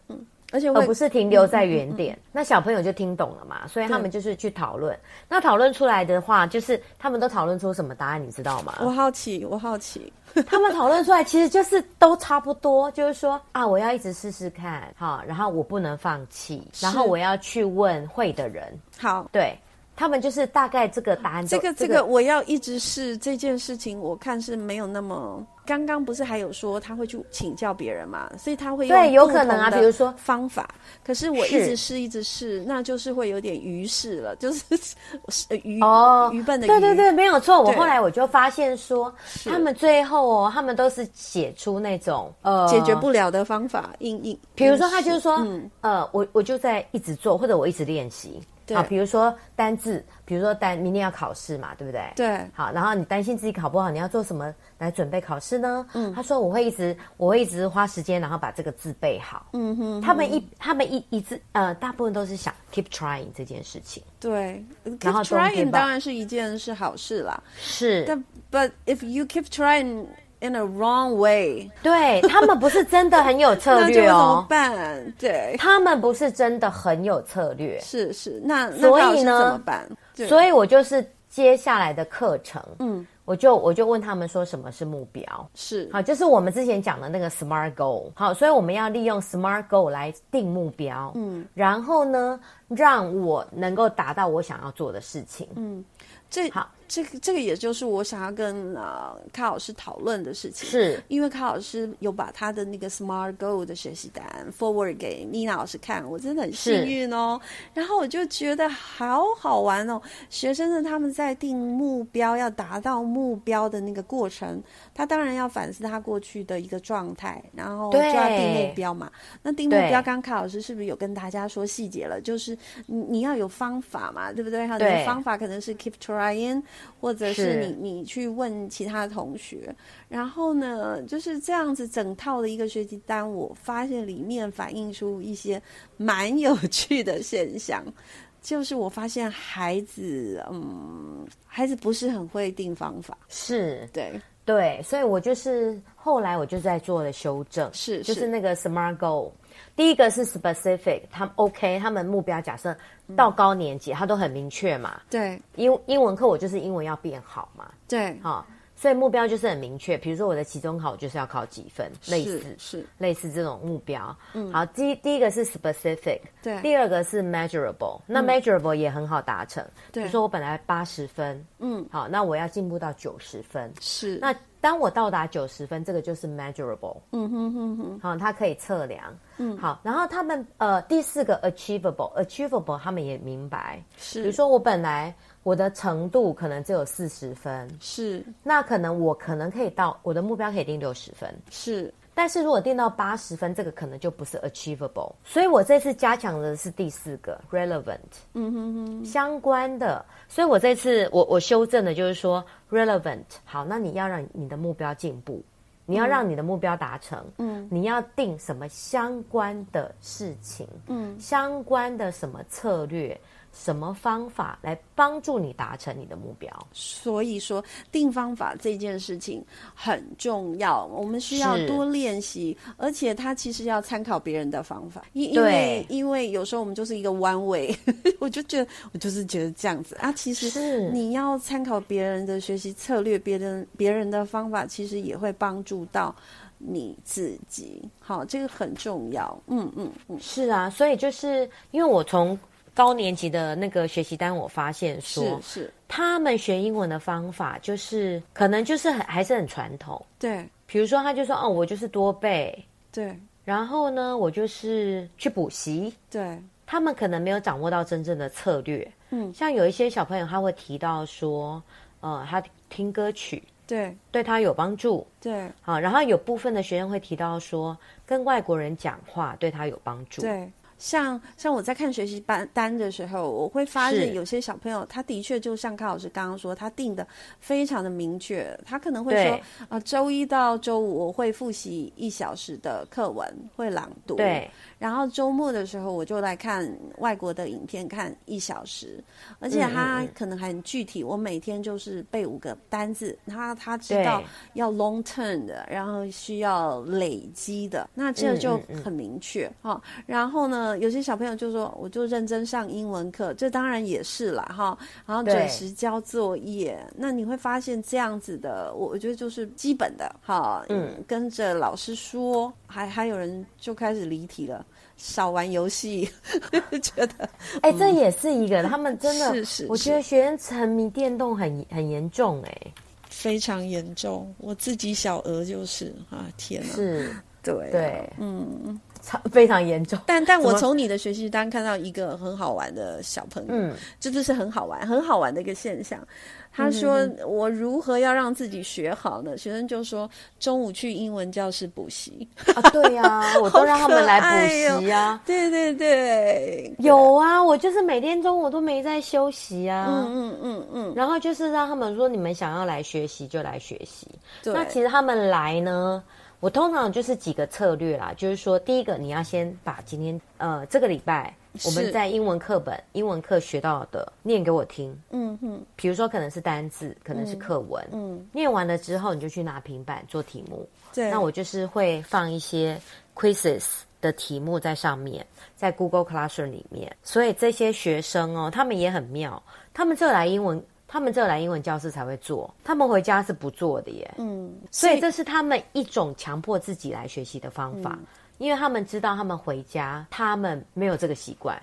[SPEAKER 1] 而且
[SPEAKER 2] 而
[SPEAKER 1] 会
[SPEAKER 2] 哦不是停留在
[SPEAKER 1] 嗯
[SPEAKER 2] 原点。那小朋友就听懂了嘛，所以他们就是去讨论。那讨论出来的话，就是他们都讨论出什么答案，你知道
[SPEAKER 1] 我
[SPEAKER 2] 吗？
[SPEAKER 1] 好奇，我好奇，
[SPEAKER 2] 他们讨论出来其实就是都差不多，就是说啊，我要一直试试看，好，然后我不能放弃，然后我要去问会的人，
[SPEAKER 1] 好，
[SPEAKER 2] 对。他们就是大概这个答案都，
[SPEAKER 1] 这个这个我要一直是这件事情，我看是没有那么。刚刚不是还有说他会去请教别人嘛，所以他会用
[SPEAKER 2] 对有
[SPEAKER 1] 不
[SPEAKER 2] 可能
[SPEAKER 1] 同
[SPEAKER 2] 啊
[SPEAKER 1] 的
[SPEAKER 2] 比如说
[SPEAKER 1] 方法。可是我一
[SPEAKER 2] 是
[SPEAKER 1] 直试一直试，那就是会有点愚事了， 就是呃愚
[SPEAKER 2] 哦，
[SPEAKER 1] 愚笨的
[SPEAKER 2] 对对
[SPEAKER 1] 愚
[SPEAKER 2] 对，没有错。我
[SPEAKER 1] 对
[SPEAKER 2] 后来我就发现说，他们最后哦，他们都是写出那种呃
[SPEAKER 1] 解决，不了的方法，应应。
[SPEAKER 2] 哦比如说他
[SPEAKER 1] 应试嗯
[SPEAKER 2] 就是说，呃，我我就在一直做，或者我一直练习。
[SPEAKER 1] 对
[SPEAKER 2] 啊，比如说单字，比如说单明天要考试嘛，对不对？
[SPEAKER 1] 对
[SPEAKER 2] 好，然后你担心自己考不好，你要做什么来准备考试呢？嗯，他说我会一直，我会一直花时间，然后把这个字背好。嗯哼他们一他们一一直呃，大部分都是想 keep trying 这件事情。
[SPEAKER 1] 对
[SPEAKER 2] 然后
[SPEAKER 1] ，keep
[SPEAKER 2] don't give
[SPEAKER 1] trying
[SPEAKER 2] up
[SPEAKER 1] 当然是一件是好事啦，
[SPEAKER 2] 是，
[SPEAKER 1] 但 but if you keep trying in a wrong way，
[SPEAKER 2] 对他们不是真的很有策
[SPEAKER 1] 那就
[SPEAKER 2] 略
[SPEAKER 1] 怎么
[SPEAKER 2] 哦，
[SPEAKER 1] 办？对，
[SPEAKER 2] 他们不是真的很有策略，
[SPEAKER 1] 是是，那那
[SPEAKER 2] 所以
[SPEAKER 1] 老师
[SPEAKER 2] 呢
[SPEAKER 1] 怎么办？对
[SPEAKER 2] 所以我就是接下来的课程，嗯，我就我就问他们说什么是目标。
[SPEAKER 1] 是
[SPEAKER 2] 好，就是我们之前讲的那个 SMART goal。好，所以我们要利用 SMART goal 来定目标，嗯，然后呢，让我能够达到我想要做的事情，嗯，
[SPEAKER 1] 这
[SPEAKER 2] 好
[SPEAKER 1] 这个这个也就是我想要跟呃卡老师讨论的事情，
[SPEAKER 2] 是
[SPEAKER 1] 因为卡老师有把他的那个 Smart Go 的学习单 forward 给妮娜老师看，我真的很幸运哦。然后我就觉得好好玩哦，学生的他们在定目标要达到目标的那个过程，他当然要反思他过去的一个状态，然后就
[SPEAKER 2] 对
[SPEAKER 1] 要定目标嘛。那定目
[SPEAKER 2] 对
[SPEAKER 1] 标，刚刚卡老师是不是有跟大家说细节了？就是你你要有方法嘛，对不对？还有你的
[SPEAKER 2] 对
[SPEAKER 1] 方法可能是 keep trying，或者是
[SPEAKER 2] 是
[SPEAKER 1] 你你去问其他同学，然后呢，就是这样子整套的一个学习单， 我发现里面反映出一些蛮有趣的现象。就是我发现孩子，嗯，孩子不是很会定方法，
[SPEAKER 2] 是
[SPEAKER 1] 对，
[SPEAKER 2] 对，所以我就是后来我就在做了修正，
[SPEAKER 1] 是
[SPEAKER 2] 就是
[SPEAKER 1] 是
[SPEAKER 2] 那个 SMART goal。第一个是 specific，他们 OK，他们目标假设到高年
[SPEAKER 1] 嗯
[SPEAKER 2] 级，他都很明确嘛。
[SPEAKER 1] 对
[SPEAKER 2] 英英文课我就是英文要变好嘛，
[SPEAKER 1] 对，
[SPEAKER 2] 哈、所以目标就是很明确。比如说我的期中考我就是要考几分，类似
[SPEAKER 1] 是是，
[SPEAKER 2] 类似这种目标。好，第一第一个是 specific，
[SPEAKER 1] 嗯对嗯
[SPEAKER 2] 第二个是 measurable，那 measurable 也很好达成。
[SPEAKER 1] 对
[SPEAKER 2] 比如说我本来八十分，
[SPEAKER 1] 嗯，
[SPEAKER 2] 好，那我要进步到九十分。
[SPEAKER 1] 是
[SPEAKER 2] 那当我到达九十分，这个就是 measurable，嗯哼哼哼，好，它可以测量，嗯，好，然后他们呃第四个 achievable，achievable 他们也明白，
[SPEAKER 1] 是，
[SPEAKER 2] 比如说我本来我的程度可能只有四十分，
[SPEAKER 1] 是
[SPEAKER 2] 那可能我可能可以到我的目标可以定六十分，
[SPEAKER 1] 是
[SPEAKER 2] 但是如果定到八十分，这个可能就不是 achievable。所以我这次加强的是第四个 relevant，嗯哼哼，相关的。所以我这次我我修正的就是说 relevant。好，那你要让你的目标进步，你要让你的目标达成，嗯，你要定什么相关的事情，嗯，相关的什么策略。什么方法来帮助你达成你的目标？
[SPEAKER 1] 所以说，定方法这件事情很重要，我们需要
[SPEAKER 2] 是
[SPEAKER 1] 多练习，而且它其实要参考别人的方法，因因为
[SPEAKER 2] 对
[SPEAKER 1] 因为有时候我们就是一个弯位， 我就觉得我就是觉得这样子啊，其实
[SPEAKER 2] 是
[SPEAKER 1] 你要参考别人的学习策略，别人别人的方法，其实也会帮助到你自己，好，这个很重要，嗯嗯嗯，
[SPEAKER 2] 是啊，所以就是因为我从高年级的那个学习单，我发现说，
[SPEAKER 1] 是是，
[SPEAKER 2] 他们学英文的方法就是可能就是很还是很传统，
[SPEAKER 1] 对
[SPEAKER 2] 比如说他就说哦，我就是多背，
[SPEAKER 1] 对
[SPEAKER 2] 然后呢，我就是去补习。
[SPEAKER 1] 对，
[SPEAKER 2] 他们可能没有掌握到真正的策略，嗯，像有一些小朋友他会提到说，呃，他听歌曲
[SPEAKER 1] 对
[SPEAKER 2] 对他有帮助，
[SPEAKER 1] 对
[SPEAKER 2] 好，然后有部分的学生会提到说，跟外国人讲话对他有帮助，
[SPEAKER 1] 对，像像我在看学习班单的时候，我会发现
[SPEAKER 2] 是
[SPEAKER 1] 有些小朋友，他的确就像康老师刚刚说，他定的非常的明确，他可能会说
[SPEAKER 2] 对
[SPEAKER 1] 啊、呃周一到周五我会复习一小时的课文，会朗读，
[SPEAKER 2] 对，
[SPEAKER 1] 然后周末的时候我就来看外国的影片，看一小时，而且
[SPEAKER 2] 嗯嗯
[SPEAKER 1] 他
[SPEAKER 2] 嗯
[SPEAKER 1] 可能很具体，我每天就是背五个单字，他他知
[SPEAKER 2] 对
[SPEAKER 1] 道要 long term 的，然后需要累积的，那这就
[SPEAKER 2] 嗯嗯嗯
[SPEAKER 1] 很明确哈、然后呢，有些小朋友就说，我就认真上英文课，这当然也是啦哈。然后
[SPEAKER 2] 对
[SPEAKER 1] 准时交作业，那你会发现这样子的，我我觉得就是基本的哈。嗯，跟着老师说，还还有人就开始离题了，少玩游戏， 觉得
[SPEAKER 2] 哎、这也是一个，他们真的，
[SPEAKER 1] 是是
[SPEAKER 2] 我觉得学生沉迷电动很很严重、哎，
[SPEAKER 1] 非常严重。我自己小额就是啊，天哪，
[SPEAKER 2] 是。
[SPEAKER 1] 对啊
[SPEAKER 2] 对，
[SPEAKER 1] 嗯。
[SPEAKER 2] 超非常严重。
[SPEAKER 1] 但但我
[SPEAKER 2] 怎么
[SPEAKER 1] 从你的学习单看到一个很好玩的小朋友，
[SPEAKER 2] 嗯
[SPEAKER 1] 这就是很好玩、很好玩的一个现象。他说：“
[SPEAKER 2] 嗯
[SPEAKER 1] 我如何要让自己学好呢？”学生就说：“中午去英文教室补 习。
[SPEAKER 2] 啊，对呀、我都让他们来补习啊”。
[SPEAKER 1] 对对对，
[SPEAKER 2] 有啊，我就是每天中午都没在休息啊。
[SPEAKER 1] 嗯嗯嗯嗯，
[SPEAKER 2] 然后就是让他们说，你们想要来学习就来学习。
[SPEAKER 1] 对，
[SPEAKER 2] 那其实他们来呢，我通常就是几个策略啦，就是说，第一个你要先把今天呃这个礼拜我
[SPEAKER 1] 是
[SPEAKER 2] 们在英文课本、英文课学到的念给我听，
[SPEAKER 1] 嗯嗯
[SPEAKER 2] 比如说可能是单字，可能是课文，
[SPEAKER 1] 嗯，
[SPEAKER 2] 念完了之后你就去拿平板做题目。
[SPEAKER 1] 对，
[SPEAKER 2] 那我就是会放一些 quizzes 的题目在上面，在 Google Classroom 里面。所以这些学生哦，他们也很妙，他们只有来英文，他们只有来英文教室才会做，他们回家是不做的耶。
[SPEAKER 1] 嗯，
[SPEAKER 2] 所以这是他们一种强迫自己来学习的方法。因为他们知道，他们回家，他们没有这个习惯。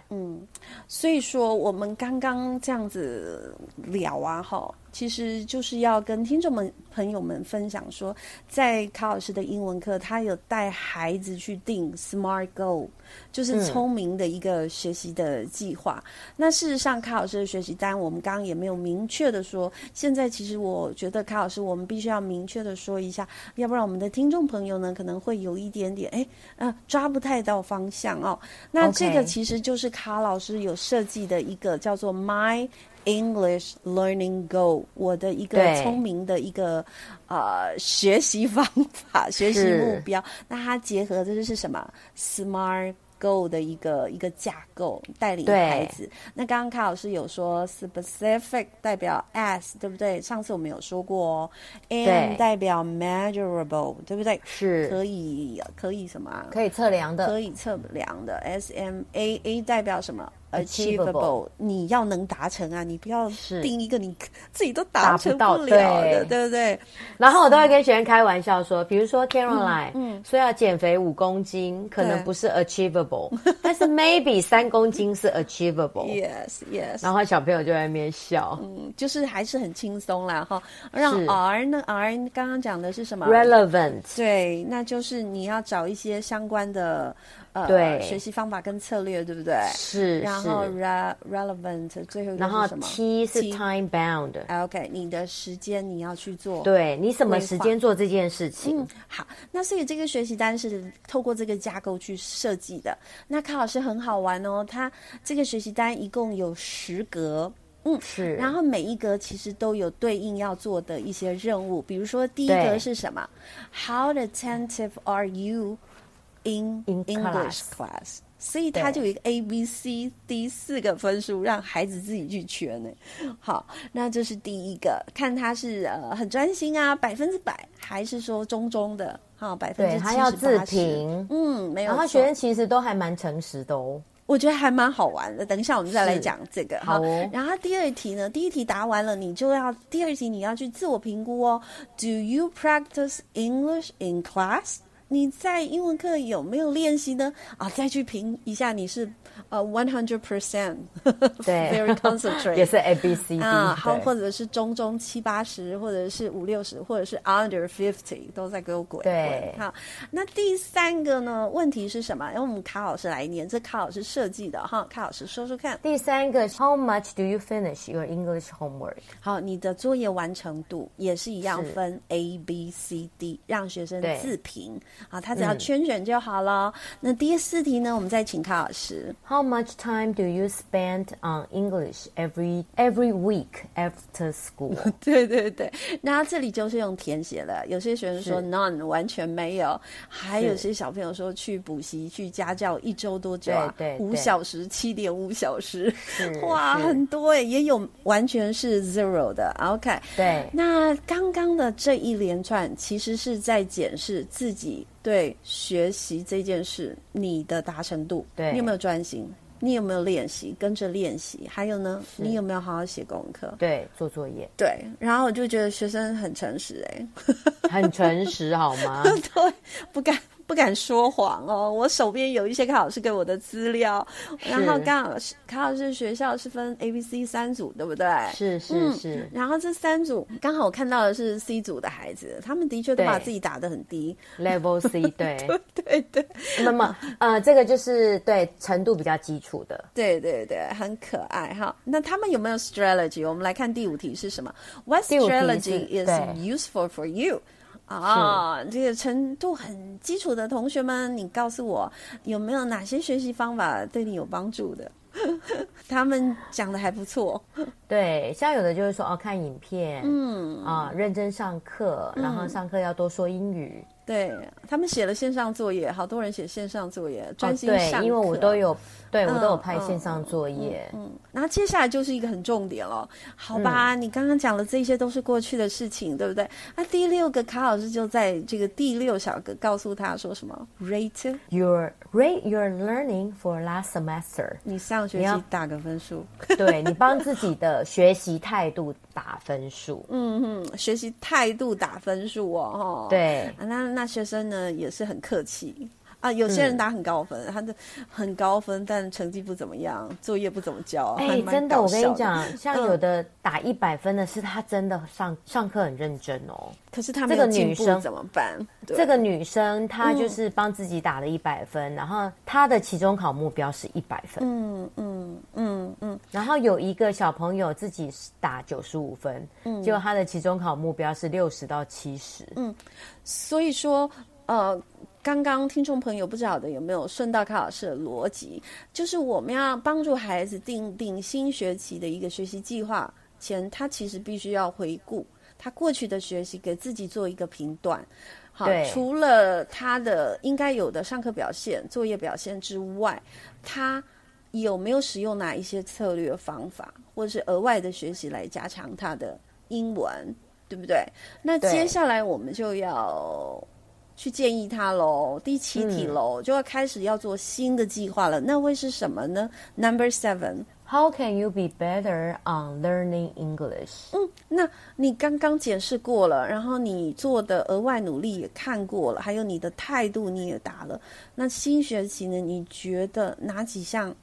[SPEAKER 1] 所以说，我们刚刚这样子聊啊，哈，其实就是要跟听众们朋友们分享说，在卡老师的英文课，他有带孩子去定 SMART Goal，就是聪明的一个学习的计划。那事实上，卡老师的学习单，我们刚刚也没有明确的说。现在其实我觉得，卡老师，我们必须要明确的说一下，要不然我们的听众朋友呢，可能会有一点点，哎，啊，抓不太到方向哦。那
[SPEAKER 2] OK
[SPEAKER 1] 这个其实就是卡老师有设计的一个叫做 My。English Learning Goal，我的一个
[SPEAKER 2] 对
[SPEAKER 1] 聪明的一个呃学习方法、学习目标。那它结合的是什么？Smart 构的一个一个架构，带领孩子。那刚刚卡老师有说 specific 代表 as，对不对？上次我们有说过哦，and 代表 measurable，对不对？
[SPEAKER 2] 是
[SPEAKER 1] 可以可以什么啊？
[SPEAKER 2] 可以测量的，
[SPEAKER 1] 可以测量的。S M A A 代表什么？achievable，你要能达成啊！你不要定一个你 自己都达成不了的，对,对不
[SPEAKER 2] 哦
[SPEAKER 1] 对？
[SPEAKER 2] 然后我都会跟学生开玩笑说，比如说 Caroline，嗯，嗯说要减肥五公斤，可能不是 achievable，但是 maybe 三公斤是 achievable。
[SPEAKER 1] Yes, yes。
[SPEAKER 2] 然后小朋友就在那边笑，
[SPEAKER 1] 嗯，就是还是很轻松啦哈。让 R 呢？R 刚刚讲的是什么
[SPEAKER 2] ？relevant。
[SPEAKER 1] 对，那就是你要找一些相关的。呃，
[SPEAKER 2] 对，
[SPEAKER 1] 学习方法跟策略，对不对？
[SPEAKER 2] 是，
[SPEAKER 1] 然后 re relevant 最后
[SPEAKER 2] 然后
[SPEAKER 1] T
[SPEAKER 2] 是 time bound。
[SPEAKER 1] OK，你的时间你要去做，
[SPEAKER 2] 对你什么时间做这件事情？
[SPEAKER 1] 嗯，好，那所以这个学习单是透过这个架构去设计的。那康老师很好玩哦，他这个学习单一共有十格。
[SPEAKER 2] 嗯，是。
[SPEAKER 1] 然后每一格其实都有对应要做的一些任务，比如说第一格是什么？How attentive are you？In English class，所以它就有一个 A、B、C、D 四个分数，让孩子自己去圈呢。好，那这是第一个，看他是呃很专心啊，百分之百，还是说中中的，哈，百分之七
[SPEAKER 2] 他要自评，
[SPEAKER 1] 嗯，没有。
[SPEAKER 2] 然后学生其实都还蛮诚实的哦。
[SPEAKER 1] 我觉得还蛮好玩的，等一下我们再来讲这个
[SPEAKER 2] 哈。哦、
[SPEAKER 1] 然后第二题呢，第一题答完了，你就要第二题你要去自我评估哦。Do you practice English in class? 你在英文课有没有练习呢？啊，再去评一下你是呃 one hundred percent，
[SPEAKER 2] 对
[SPEAKER 1] ，very concentrate，
[SPEAKER 2] 也是 A B C D
[SPEAKER 1] 啊，好，或者是中中七八十，或者是五六十，或者是 under fifty，都在给我滚
[SPEAKER 2] 对，
[SPEAKER 1] 好，那第三个呢？问题是什么？让我们卡老师来念，这卡老师设计的哈，卡老师说说看。
[SPEAKER 2] 第三个，How much do you finish your English homework？
[SPEAKER 1] 好，你的作业完成度也是一样分 A B C D，让学生自评。啊，他只要圈选就好了。嗯、那第四题呢？我们再请康老师。
[SPEAKER 2] How much time do you spend on English every every week after school？
[SPEAKER 1] 对对对，那这里就是用填写了。有些学生说 none 完全没有，还有些小朋友说去补习去家教一周多久啊？
[SPEAKER 2] 对,对,对，
[SPEAKER 1] 五小时，七点五小时， 哇，很多哎、欸，也有完全是 zero 的。OK，
[SPEAKER 2] 对。
[SPEAKER 1] 那刚刚的这一连串其实是在检视自己。对学习这件事，你的达成度，
[SPEAKER 2] 对
[SPEAKER 1] 你有没有专心？你有没有练习？跟着练习？还有呢？你有没有好好写功课？
[SPEAKER 2] 对，做作业。
[SPEAKER 1] 对，然后我就觉得学生很诚实、 欸，
[SPEAKER 2] 哎很诚实，好 吗？
[SPEAKER 1] 对，不敢。不敢说谎哦，我手边有一些卡老师给我的资料，然后刚好是卡老师学校是分 A、B、C 三组，对不对？
[SPEAKER 2] 是是是、嗯。
[SPEAKER 1] 然后这三组刚好我看到的是 C 组的孩子，他们的确都把自己打得很低
[SPEAKER 2] ，Level C，对
[SPEAKER 1] 对对。
[SPEAKER 2] 那么呃，这个就是对程度比较基础的，
[SPEAKER 1] 对对对，很可爱哈。那他们有没有 strategy？我们来看第五题是什么？What strategy is useful for you？啊、哦，这个程度很基础的同学们，你告诉我有没有哪些学习方法对你有帮助的？ 他们讲的还不错。
[SPEAKER 2] 对，像有的就是说哦，看影片，
[SPEAKER 1] 嗯
[SPEAKER 2] 啊，认真上课，然后上课要多说英语。哦
[SPEAKER 1] 嗯、对他们写了线上作业，好多人写线上作业，专心上、哦。
[SPEAKER 2] 对，因为我都有，对我都有拍线上作业。
[SPEAKER 1] 嗯，那、嗯嗯、接下来就是一个很重点了，好吧？你刚刚讲的这些都是过去的事情，对不对？那、啊、第六个卡老师就在这个第六小格告诉他说什么？Rate
[SPEAKER 2] your rate your learning for last semester。
[SPEAKER 1] 你上学期打个分数。
[SPEAKER 2] 对你帮自己的。学习态度打分数，
[SPEAKER 1] 嗯嗯， 学习态度打分数哦，
[SPEAKER 2] 哈，对，啊、
[SPEAKER 1] 那那学生呢也是很客气啊，有些人打很高分，嗯、他的很高分，但成绩不怎么样，作业不怎么交，哎、欸，
[SPEAKER 2] 真的，我跟你讲，像
[SPEAKER 1] 嗯
[SPEAKER 2] 有的打一百分的是他真的上、嗯、上课很认真哦，
[SPEAKER 1] 可是他这个女生怎么办？
[SPEAKER 2] 这个女生
[SPEAKER 1] 嗯
[SPEAKER 2] 她就是帮自己打了一百分，嗯、然后她的期中考目标是一百分，
[SPEAKER 1] 嗯嗯嗯嗯，
[SPEAKER 2] 然后有一个小朋友自己打九十五分，嗯，结果他的期中考目标是六十到七十，
[SPEAKER 1] 嗯，所以说呃，刚刚听众朋友不晓得有没有顺道卡老师的逻辑，就是我们要帮助孩子定定新学期的一个学习计划前，他其实必须要回顾。他过去的学习给自己做一个评断。好
[SPEAKER 2] 对，
[SPEAKER 1] 除了他的应该有的上课表现、作业表现之外，他有没有使用哪一些策略方法，或是额外的学习来加强他的英文，对不对？那
[SPEAKER 2] 对
[SPEAKER 1] 接下来我们就要去建议他喽，第七题喽，就要开始要做新的计划了。那会是什么呢？Number seven，
[SPEAKER 2] How can you be better on learning English？
[SPEAKER 1] 嗯，那你刚刚检视过了，然后你做的额外努力也看过了，还有你的态度你也答了。那新学期呢？你觉得哪几项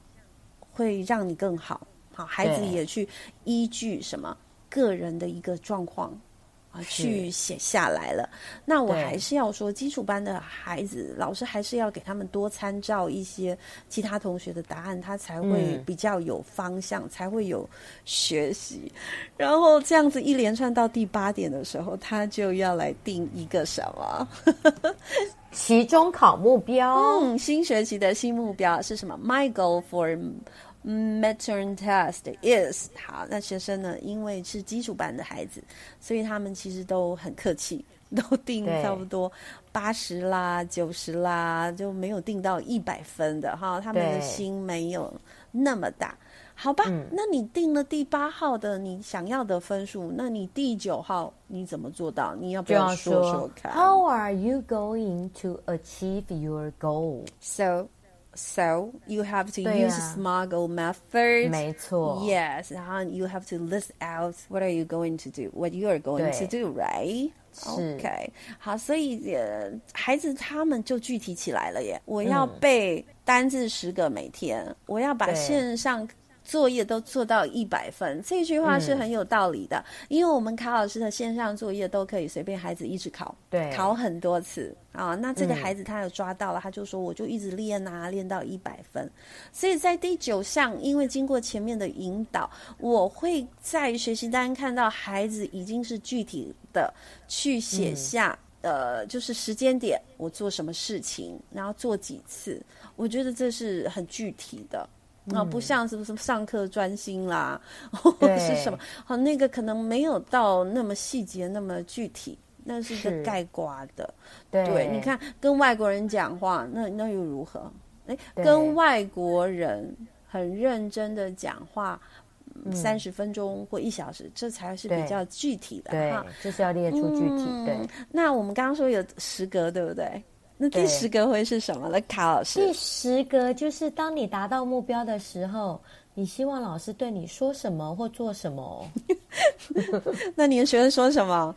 [SPEAKER 1] 会让你更好？好，孩子
[SPEAKER 2] 对
[SPEAKER 1] 也去依据什么个人的一个状况啊去写下来了。那我
[SPEAKER 2] 对
[SPEAKER 1] 还是要说，基础班的孩子，老师还是要给他们多参照一些其他同学的答案，他才会
[SPEAKER 2] 嗯
[SPEAKER 1] 比较有方向，才会有学习。然后这样子一连串到第八点的时候，他就要来定一个什么？
[SPEAKER 2] 期中考目标。
[SPEAKER 1] 嗯，新学期的新目标是什么？My goal for midterm test is 好。那学生呢，因为是基础班的孩子，所以他们其实都很客气， 都定
[SPEAKER 2] 对
[SPEAKER 1] 差不多八十啦、九十啦，就没有定到一百分的哈。他们的
[SPEAKER 2] 对
[SPEAKER 1] 心没有那么大。好吧，
[SPEAKER 2] 嗯
[SPEAKER 1] 那你定了第八号的你想要的分数，那你第九号你怎么做到？你要不
[SPEAKER 2] 就要
[SPEAKER 1] 说
[SPEAKER 2] 说
[SPEAKER 1] 说看
[SPEAKER 2] How are you going to achieve your goal？
[SPEAKER 1] So, so you have to
[SPEAKER 2] 对呀。
[SPEAKER 1] use smuggle method.
[SPEAKER 2] 没错
[SPEAKER 1] Yes, and you have to list out what are you going to do, what you are going
[SPEAKER 2] 对。
[SPEAKER 1] to do, right?
[SPEAKER 2] 是
[SPEAKER 1] OK，好，所以呃，孩子他们就具体起来了
[SPEAKER 2] 嗯
[SPEAKER 1] 耶。我要背单字十个每天，我要把
[SPEAKER 2] 对
[SPEAKER 1] 线上作业都做到一百分。这句话
[SPEAKER 2] 嗯
[SPEAKER 1] 是很有道理的，因为我们卡老师的线上作业都可以随便孩子一直考，
[SPEAKER 2] 对
[SPEAKER 1] 考很多次啊。那这个孩子他有抓到了，他就说我就一直练啊，练到一百分。所以在第九项，因为经过前面的引导，我会在学习单看到孩子已经是具体的去写下。呃，就是时间点，我做什么事情，然后做几次，我觉得这是很具体的。啊，不像是不是上课专心啦， 或者是什么？好，那个可能没有到那么细节，那么具体，那是一个
[SPEAKER 2] 是
[SPEAKER 1] 盖瓜的。
[SPEAKER 2] 对
[SPEAKER 1] 对，你，看跟外国人讲话，那那又如何？哎，
[SPEAKER 2] 对
[SPEAKER 1] 跟外国人很认真的讲话，三十分钟或一小时，这才是比
[SPEAKER 2] 嗯对
[SPEAKER 1] 较具体的
[SPEAKER 2] 对
[SPEAKER 1] 哈。，嗯
[SPEAKER 2] 就是要列出具体。对，
[SPEAKER 1] 那我们刚刚说有十格，对不对？那第
[SPEAKER 2] 对
[SPEAKER 1] 十格会是什么了，卡老师？
[SPEAKER 2] 第十个就是当你达到目标的时候，你希望老师对你说什么或做什么哦。
[SPEAKER 1] 那你的学生说什么？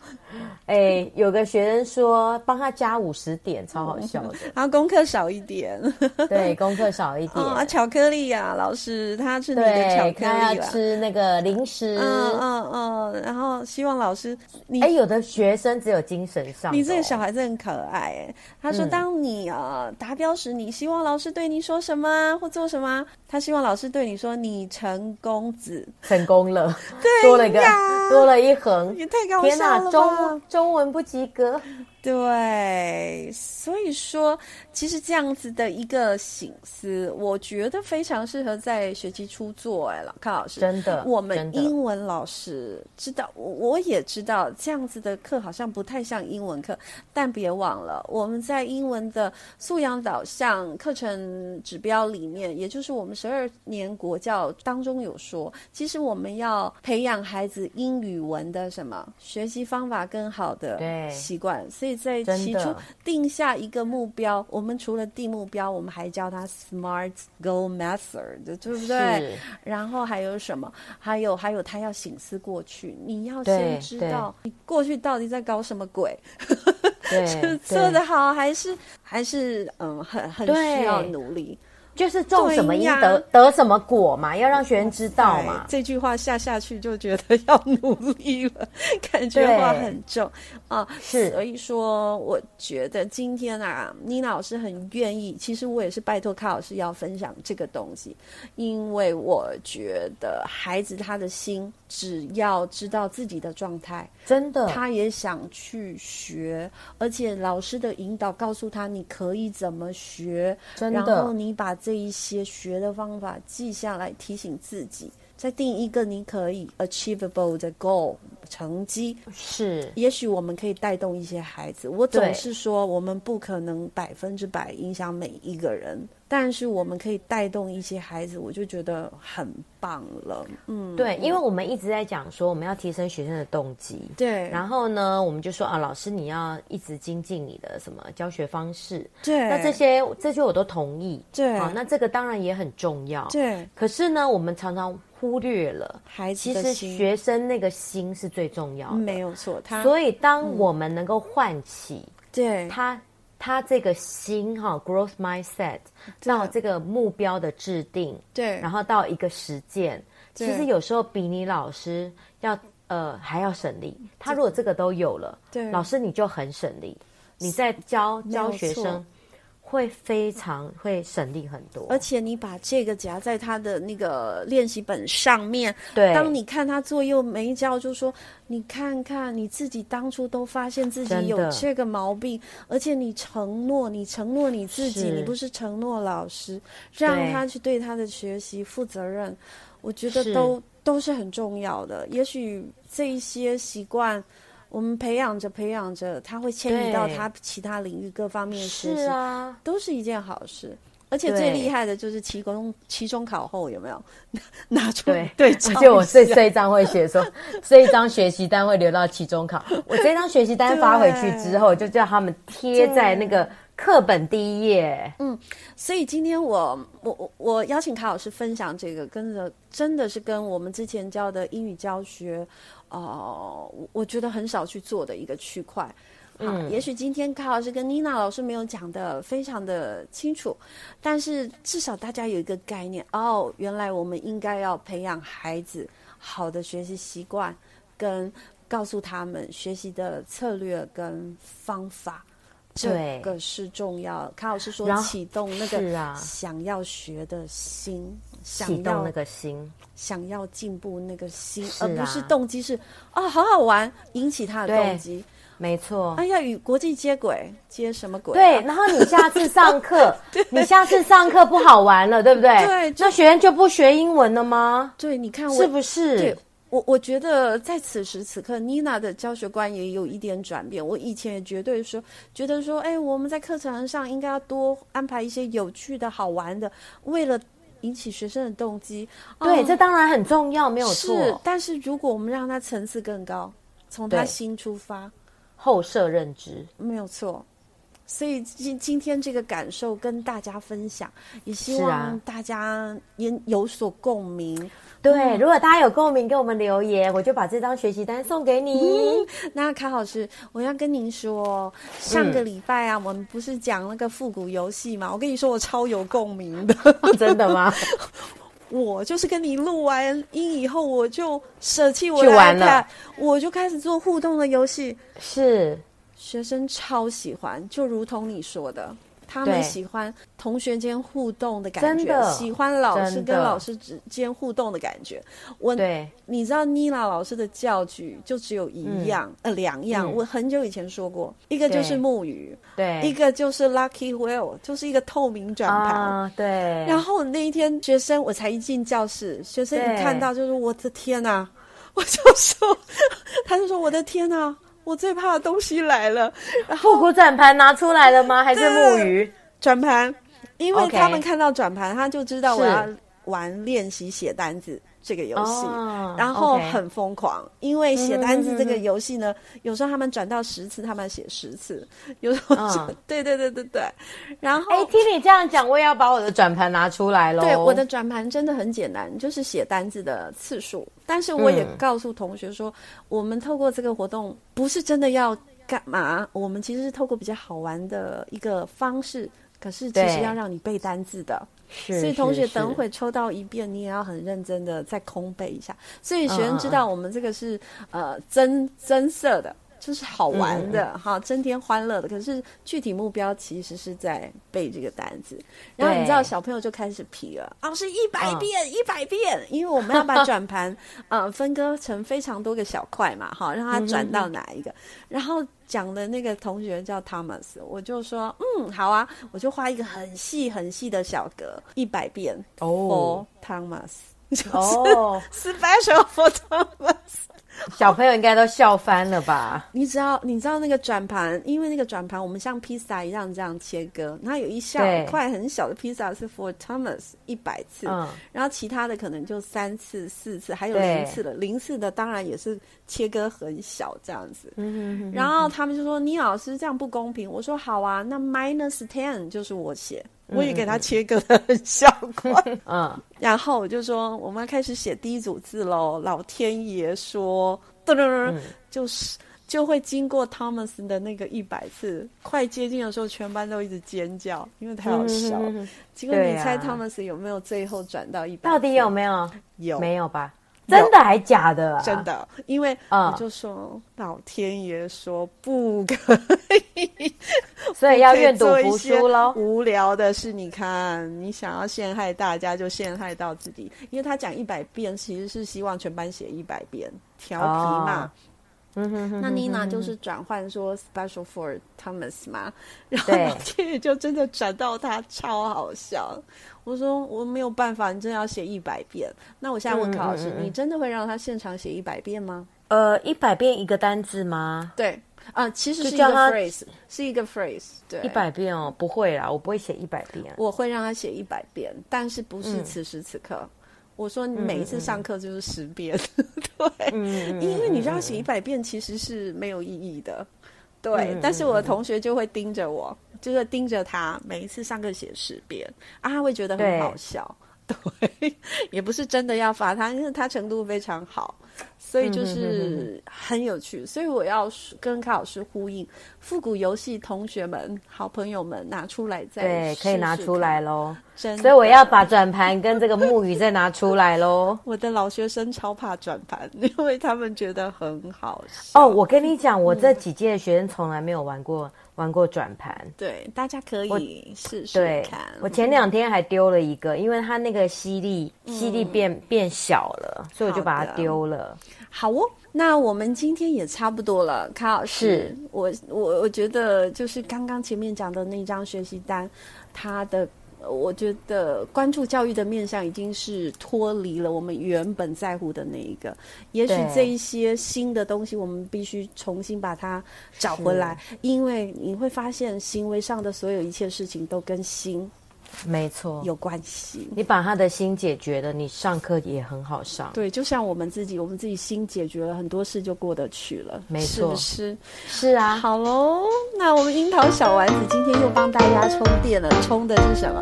[SPEAKER 2] 哎，有个学生说帮他加五十点，超好笑的。
[SPEAKER 1] 然后功课少一点。
[SPEAKER 2] 嗯对，功课少一 点，
[SPEAKER 1] 啊，巧克力呀、老师，他吃你的巧
[SPEAKER 2] 对，
[SPEAKER 1] 克
[SPEAKER 2] 他
[SPEAKER 1] 力
[SPEAKER 2] 要
[SPEAKER 1] 啦。
[SPEAKER 2] 吃那个零食。
[SPEAKER 1] 嗯嗯嗯，然后希望老师，你、
[SPEAKER 2] 哎，有的学生只有精神上的哦，
[SPEAKER 1] 你这个小孩子很可爱哎。他
[SPEAKER 2] 嗯
[SPEAKER 1] 说，当你啊、呃达标时，你希望老师对你说什么啊或做什么啊？他希望老师对你说你成功子，
[SPEAKER 2] 成功了，多了一个
[SPEAKER 1] 呀
[SPEAKER 2] 多了一横，
[SPEAKER 1] 也太搞
[SPEAKER 2] 天
[SPEAKER 1] 笑
[SPEAKER 2] 哪，
[SPEAKER 1] 了
[SPEAKER 2] 中
[SPEAKER 1] 吧！
[SPEAKER 2] 中文不及格，
[SPEAKER 1] 对，所以说，其实这样子的一个醒思，我觉得非常适合在学期初做。哎，老康老师，
[SPEAKER 2] 真的
[SPEAKER 1] 我们
[SPEAKER 2] 真的
[SPEAKER 1] 英文老师知道，我我也知道这样子的课好像不太像英文课，但别忘了，我们在英文的素养导向课程指标里面，也就是我们十二年国教当中有说，其实我们要培养孩子英语文的什么学习方法更好的
[SPEAKER 2] 对
[SPEAKER 1] 习惯，所以在
[SPEAKER 2] 真
[SPEAKER 1] 起
[SPEAKER 2] 的
[SPEAKER 1] 初定下一个目标，我们除了定目标，我们还教他 SMART Goal Method，对不对
[SPEAKER 2] 是？
[SPEAKER 1] 然后还有什么？还有还有，他要醒思过去，你要先
[SPEAKER 2] 对
[SPEAKER 1] 知
[SPEAKER 2] 对
[SPEAKER 1] 道你过去到底在搞什么鬼，
[SPEAKER 2] 对，
[SPEAKER 1] 做的
[SPEAKER 2] 对
[SPEAKER 1] 好还是还是嗯，很很
[SPEAKER 2] 对
[SPEAKER 1] 需要努力。
[SPEAKER 2] 就是种什么因
[SPEAKER 1] 对呀
[SPEAKER 2] 得得什么果嘛，要让学生知道
[SPEAKER 1] 哎
[SPEAKER 2] 嘛，
[SPEAKER 1] 这句话下下去就觉得要努力了，感觉
[SPEAKER 2] 对
[SPEAKER 1] 话很重啊。
[SPEAKER 2] 是
[SPEAKER 1] 所以说，我觉得今天啊，妮娜老师很愿意，其实我也是拜托卡老师要分享这个东西，因为我觉得孩子他的心只要知道自己的状态，
[SPEAKER 2] 真的，
[SPEAKER 1] 他也想去学，而且老师的引导告诉他你可以怎么学，
[SPEAKER 2] 真
[SPEAKER 1] 然
[SPEAKER 2] 的
[SPEAKER 1] 后你把这一些学的方法记下来，提醒自己，再定一个你可以 achievable 的 goal，成绩。
[SPEAKER 2] 是
[SPEAKER 1] 也许我们可以带动一些孩子。我总是说，我们不可能百分之百影响每一个人，但是我们可以带动一些孩子，我就觉得很棒了。嗯，
[SPEAKER 2] 对，因为我们一直在讲说我们要提升学生的动机，
[SPEAKER 1] 对，
[SPEAKER 2] 然后呢，我们就说啊，老师你要一直精进你的什么教学方式，
[SPEAKER 1] 对，
[SPEAKER 2] 那这些这些我都同意，
[SPEAKER 1] 对
[SPEAKER 2] 好，那这个当然也很重要，
[SPEAKER 1] 对
[SPEAKER 2] 可是呢，我们常常忽略了，
[SPEAKER 1] 孩子
[SPEAKER 2] 其
[SPEAKER 1] 的
[SPEAKER 2] 实
[SPEAKER 1] 心嗯
[SPEAKER 2] 学生那个心是最重要的，
[SPEAKER 1] 没有错，嗯他
[SPEAKER 2] 所以，当我们能够唤起
[SPEAKER 1] 对
[SPEAKER 2] 他、他这个心哈、growth mindset
[SPEAKER 1] 的
[SPEAKER 2] 到这个目标的制定，
[SPEAKER 1] 对，
[SPEAKER 2] 然后到一个实践，其实有时候比你老师要呃还要省力。他如果这个都有了，
[SPEAKER 1] 对
[SPEAKER 2] 老师你就很省力，你在教
[SPEAKER 1] 有
[SPEAKER 2] 教学
[SPEAKER 1] 错
[SPEAKER 2] 生会非常会省力很多，
[SPEAKER 1] 而且你把这个夹在他的那个练习本上面，
[SPEAKER 2] 对
[SPEAKER 1] 当你看他做右眉角，就说你看看你自己当初都发现自己
[SPEAKER 2] 真
[SPEAKER 1] 有
[SPEAKER 2] 的
[SPEAKER 1] 这个毛病，而且你承诺，你承诺你自己，
[SPEAKER 2] 是
[SPEAKER 1] 你不是承诺老师，让
[SPEAKER 2] 对
[SPEAKER 1] 他去对他的学习负责任，我觉得
[SPEAKER 2] 是
[SPEAKER 1] 都都是很重要的。也许这一些习惯。我们培养着培养着，他会迁移到
[SPEAKER 2] 对
[SPEAKER 1] 他其他领域各方面的学习。
[SPEAKER 2] 是啊，
[SPEAKER 1] 都是一件好事。而且
[SPEAKER 2] 对
[SPEAKER 1] 最厉害的就是期中期中考后有没有 拿出
[SPEAKER 2] 对
[SPEAKER 1] 对照
[SPEAKER 2] 而
[SPEAKER 1] 一下？
[SPEAKER 2] 且我
[SPEAKER 1] 啊
[SPEAKER 2] 这这一张会 写说，这一张学习单会留到期中考。我这张学习单发回去之后，就叫他们贴在那个课本第一页。
[SPEAKER 1] 嗯所以今天我我我我邀请卡老师分享这个，跟着真的是跟我们之前教的英语教学，哦、我我觉得很少去做的一个区块。啊，也许今天卡老师跟妮娜老师没有讲的非常的清楚，但是至少大家有一个概念哦，原来我们应该要培养孩子好的学习习惯，跟告诉他们学习的策略跟方法。这
[SPEAKER 2] 对
[SPEAKER 1] 个是重要。卡老师说
[SPEAKER 2] 然后
[SPEAKER 1] 启动那
[SPEAKER 2] 是
[SPEAKER 1] 个
[SPEAKER 2] 啊
[SPEAKER 1] 想要学的心，
[SPEAKER 2] 启
[SPEAKER 1] 想
[SPEAKER 2] 动
[SPEAKER 1] 要
[SPEAKER 2] 那个心，
[SPEAKER 1] 想要进步那个心，
[SPEAKER 2] 是
[SPEAKER 1] 而不是
[SPEAKER 2] 啊
[SPEAKER 1] 动机是啊好好玩引起他的
[SPEAKER 2] 对
[SPEAKER 1] 动机。
[SPEAKER 2] 没错
[SPEAKER 1] 哎。呀，与国际接轨，接什么轨
[SPEAKER 2] 对
[SPEAKER 1] 啊？，
[SPEAKER 2] 然后你下次 上课，你下次上课不好玩了，对不对？
[SPEAKER 1] 对就
[SPEAKER 2] 那学生就不学英文了吗？
[SPEAKER 1] 对，你看我
[SPEAKER 2] 是不
[SPEAKER 1] 对
[SPEAKER 2] 是？
[SPEAKER 1] 我，我觉得在此时此刻，妮娜的教学观也有一点转变。我以前也绝对说，觉得说，哎，我们在课程上应该要多安排一些有趣的好玩的，为了引起学生的动机。
[SPEAKER 2] 对，
[SPEAKER 1] 啊
[SPEAKER 2] 这当然很重要，没有
[SPEAKER 1] 是
[SPEAKER 2] 错。。
[SPEAKER 1] 但是如果我们让他层次更高，从他
[SPEAKER 2] 对
[SPEAKER 1] 心出发，
[SPEAKER 2] 后设认知，
[SPEAKER 1] 没有错。所以今今天这个感受跟大家分享，也希
[SPEAKER 2] 是啊
[SPEAKER 1] 望大家也有所共鸣。嗯
[SPEAKER 2] 对。如果大家有共鸣，给我们留言，我就把这张学习单送给你。
[SPEAKER 1] 那卡老师，我要跟您说，上个礼拜啊，我们不是讲那个复古游戏嘛？我跟你说，我超有共鸣 的。
[SPEAKER 2] 真的吗？
[SPEAKER 1] 我就是跟你录完音以后，我就舍弃我
[SPEAKER 2] 去
[SPEAKER 1] 的
[SPEAKER 2] 玩
[SPEAKER 1] iPad，
[SPEAKER 2] 了
[SPEAKER 1] 我就开始做互动的游戏。
[SPEAKER 2] 是，
[SPEAKER 1] 学生超喜欢，就如同你说的，他们
[SPEAKER 2] 对
[SPEAKER 1] 喜欢同学间互动的感
[SPEAKER 2] 真
[SPEAKER 1] 觉，
[SPEAKER 2] 的
[SPEAKER 1] 喜欢老师
[SPEAKER 2] 真
[SPEAKER 1] 跟
[SPEAKER 2] 的
[SPEAKER 1] 老师之间互动的感觉。我
[SPEAKER 2] 对，
[SPEAKER 1] 你知道妮娜老师的教具就只有一样，呃，两样。
[SPEAKER 2] 嗯
[SPEAKER 1] 我很久以前说过，一个就是木鱼，
[SPEAKER 2] 对，
[SPEAKER 1] 一个就是 Lucky Wheel，就是一个透明转盘。
[SPEAKER 2] 啊，对，
[SPEAKER 1] 然后那一天，学生我才一进教室，学生一
[SPEAKER 2] 对
[SPEAKER 1] 看到就是我的天呐、我就说， 他就说我的天呐、我最怕的东西来了，然后
[SPEAKER 2] 复古转盘拿出来了吗？还是木鱼？
[SPEAKER 1] 转盘，因为
[SPEAKER 2] OK
[SPEAKER 1] 他们看到转盘，他就知道我
[SPEAKER 2] 是
[SPEAKER 1] 要玩练习写单子这个游戏，
[SPEAKER 2] 哦
[SPEAKER 1] 然后
[SPEAKER 2] OK
[SPEAKER 1] 很疯狂，因为写
[SPEAKER 2] 嗯
[SPEAKER 1] 单
[SPEAKER 2] 嗯
[SPEAKER 1] 子
[SPEAKER 2] 嗯
[SPEAKER 1] 这个
[SPEAKER 2] 嗯
[SPEAKER 1] 游戏呢，有时候他们转到十次，他们写十次，有时候
[SPEAKER 2] 嗯
[SPEAKER 1] 是、对对对对对，然后。哦
[SPEAKER 2] 哎、听你这样讲，我也要把我的转盘拿出来喽。
[SPEAKER 1] 对我的转盘真的很简单，就是写单子的次数。但是我也
[SPEAKER 2] 嗯
[SPEAKER 1] 告诉同学说，我们透过这个活动不是真的要干嘛，我们其实是透过比较好玩的一个方式，可是其实
[SPEAKER 2] 对
[SPEAKER 1] 要让你背单字的。
[SPEAKER 2] 是，
[SPEAKER 1] 所以
[SPEAKER 2] 是
[SPEAKER 1] 同学等
[SPEAKER 2] 是
[SPEAKER 1] 会抽到一遍，你也要很认真的再空背一下。所以学生
[SPEAKER 2] 嗯嗯
[SPEAKER 1] 知道我们这个是、呃增增色的，就是好
[SPEAKER 2] 嗯
[SPEAKER 1] 玩的哈，增添欢乐的。可是具体目标其实是在背这个单子。然后你知道
[SPEAKER 2] 对嗯
[SPEAKER 1] 小朋友就开始皮了，啊，是一百遍，一百遍，因为我们要把转盘呃分割成非常多个小块嘛，哈，让它转到哪一个。然后讲的那个同学叫 Thomas，我就说嗯好啊，我就画一个很细很细的小格，一百遍 for
[SPEAKER 2] 哦
[SPEAKER 1] Thomas，就是
[SPEAKER 2] 哦，
[SPEAKER 1] special for Thomas。
[SPEAKER 2] 小朋友应该都笑翻了吧？
[SPEAKER 1] 你知道，你知道那个转盘，因为那个转盘我们像披萨一样这样切割，然后有一小
[SPEAKER 2] 对
[SPEAKER 1] 块很小的披萨是 for Thomas 一百次，
[SPEAKER 2] 嗯
[SPEAKER 1] 然后其他的可能就三次、四次，还有
[SPEAKER 2] 对
[SPEAKER 1] 零次的，零次的当然也是切割很小这样子。
[SPEAKER 2] 嗯
[SPEAKER 1] 然后他们就说：“倪老师这样不公平。”我说：“好啊，那 minus ten 就是我写，我也给他切割的很小块。
[SPEAKER 2] 嗯，
[SPEAKER 1] 然后我就说，我们要开始写第一组字喽。老天爷说，噔噔噔，
[SPEAKER 2] 嗯
[SPEAKER 1] 就是就会经过 Thomas 的那个一百次，快接近的时候，全班都一直尖叫，因为太
[SPEAKER 2] 嗯
[SPEAKER 1] 好笑了。结果你
[SPEAKER 2] 对啊
[SPEAKER 1] 猜 Thomas 有没有最后转到一百？
[SPEAKER 2] 到底有没有？
[SPEAKER 1] 有
[SPEAKER 2] 没有吧？
[SPEAKER 1] 有
[SPEAKER 2] 真的还假的、啊？
[SPEAKER 1] 真。的，因为
[SPEAKER 2] 嗯
[SPEAKER 1] 我就说、老天爷说 不可以，
[SPEAKER 2] 所以要愿赌
[SPEAKER 1] 可以
[SPEAKER 2] 服
[SPEAKER 1] 做一些
[SPEAKER 2] 输喽。
[SPEAKER 1] 无聊的事，你看，你想要陷害大家，就陷害到自己。因为他讲一百遍，其实是希望全班写一百遍，调皮嘛。
[SPEAKER 2] 哦嗯哼哼
[SPEAKER 1] 那
[SPEAKER 2] 哼
[SPEAKER 1] 妮娜
[SPEAKER 2] 哼
[SPEAKER 1] 就是转换说 special for Thomas 嘛，然后
[SPEAKER 2] 对
[SPEAKER 1] 老天爷就真的转到他，超好笑。我说我没有办法，你真的要写一百遍。那我现在问
[SPEAKER 2] 嗯
[SPEAKER 1] 考老师，
[SPEAKER 2] 嗯嗯
[SPEAKER 1] 你真的会让他现场写一百遍吗？
[SPEAKER 2] 呃一百遍一个单字吗？
[SPEAKER 1] 对，啊、其实
[SPEAKER 2] 就是
[SPEAKER 1] 一个
[SPEAKER 2] 叫他
[SPEAKER 1] phrase，是一个 phrase，对，
[SPEAKER 2] 一百遍哦，不会啦，我不会写一百遍。
[SPEAKER 1] 我会让他写一百遍，但是不
[SPEAKER 2] 嗯
[SPEAKER 1] 是此时此刻。我说你每一次上课就是十遍， 对，
[SPEAKER 2] 嗯嗯
[SPEAKER 1] 因为你让他写一百遍其实是没有意义的，对。但是我的同学就会盯着我，就是盯着他每一次上课写十遍啊，他会觉得很
[SPEAKER 2] 对
[SPEAKER 1] 好笑。 对，也不是真的要罚他，因为他程度非常好，所
[SPEAKER 2] 嗯
[SPEAKER 1] 以就是很有趣。所以我要跟卡老师呼应，复古游戏同学们、好朋友们拿出来再
[SPEAKER 2] 对，可以拿
[SPEAKER 1] 哎试试
[SPEAKER 2] 出来
[SPEAKER 1] 看嗯
[SPEAKER 2] 喽。
[SPEAKER 1] 真的，
[SPEAKER 2] 所以我要把转盘跟这个木鱼再拿出来喽。
[SPEAKER 1] 我的老学生超怕转盘， 因为他们觉得很好笑。
[SPEAKER 2] 哦，我跟你讲，我这几届的学生从来没有玩过玩过转盘。
[SPEAKER 1] 对，大家可以试试
[SPEAKER 2] 对
[SPEAKER 1] 看。，嗯
[SPEAKER 2] 我前两天还丢了一个，因为它那个吸力吸力变变小了，所以我就
[SPEAKER 1] 好
[SPEAKER 2] 把它
[SPEAKER 1] 的
[SPEAKER 2] 丢了。
[SPEAKER 1] 好哦，那我们今天也差不多了，卡老师
[SPEAKER 2] 是，
[SPEAKER 1] 我我我觉得就是刚刚前面讲的那张学习单，它的。呃我觉得关注教育的面向已经是脱离了我们原本在乎的那一个，也许
[SPEAKER 2] 对
[SPEAKER 1] 这一些新的东西，我们必须重新把它找回来，因为你会发现行为上的所有一切事情都跟心
[SPEAKER 2] 没错，
[SPEAKER 1] 有关系。
[SPEAKER 2] 你把他的心解决了，你上课也很好上。
[SPEAKER 1] 对，就像我们自己，我们自己心解决了，很多事就过得去了，
[SPEAKER 2] 没
[SPEAKER 1] 是
[SPEAKER 2] 错
[SPEAKER 1] 不是？
[SPEAKER 2] 是啊，
[SPEAKER 1] 好喽，那我们樱桃小丸子今天又帮大家充电了，充的是什么？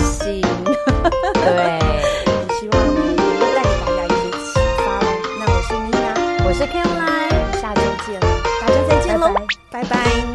[SPEAKER 1] 心。
[SPEAKER 2] 对，
[SPEAKER 1] 也希望你能够带给大家一些启发喽。那我是妮娜，
[SPEAKER 2] 我是 Caroline。
[SPEAKER 1] 下周见了，大家再见喽，拜拜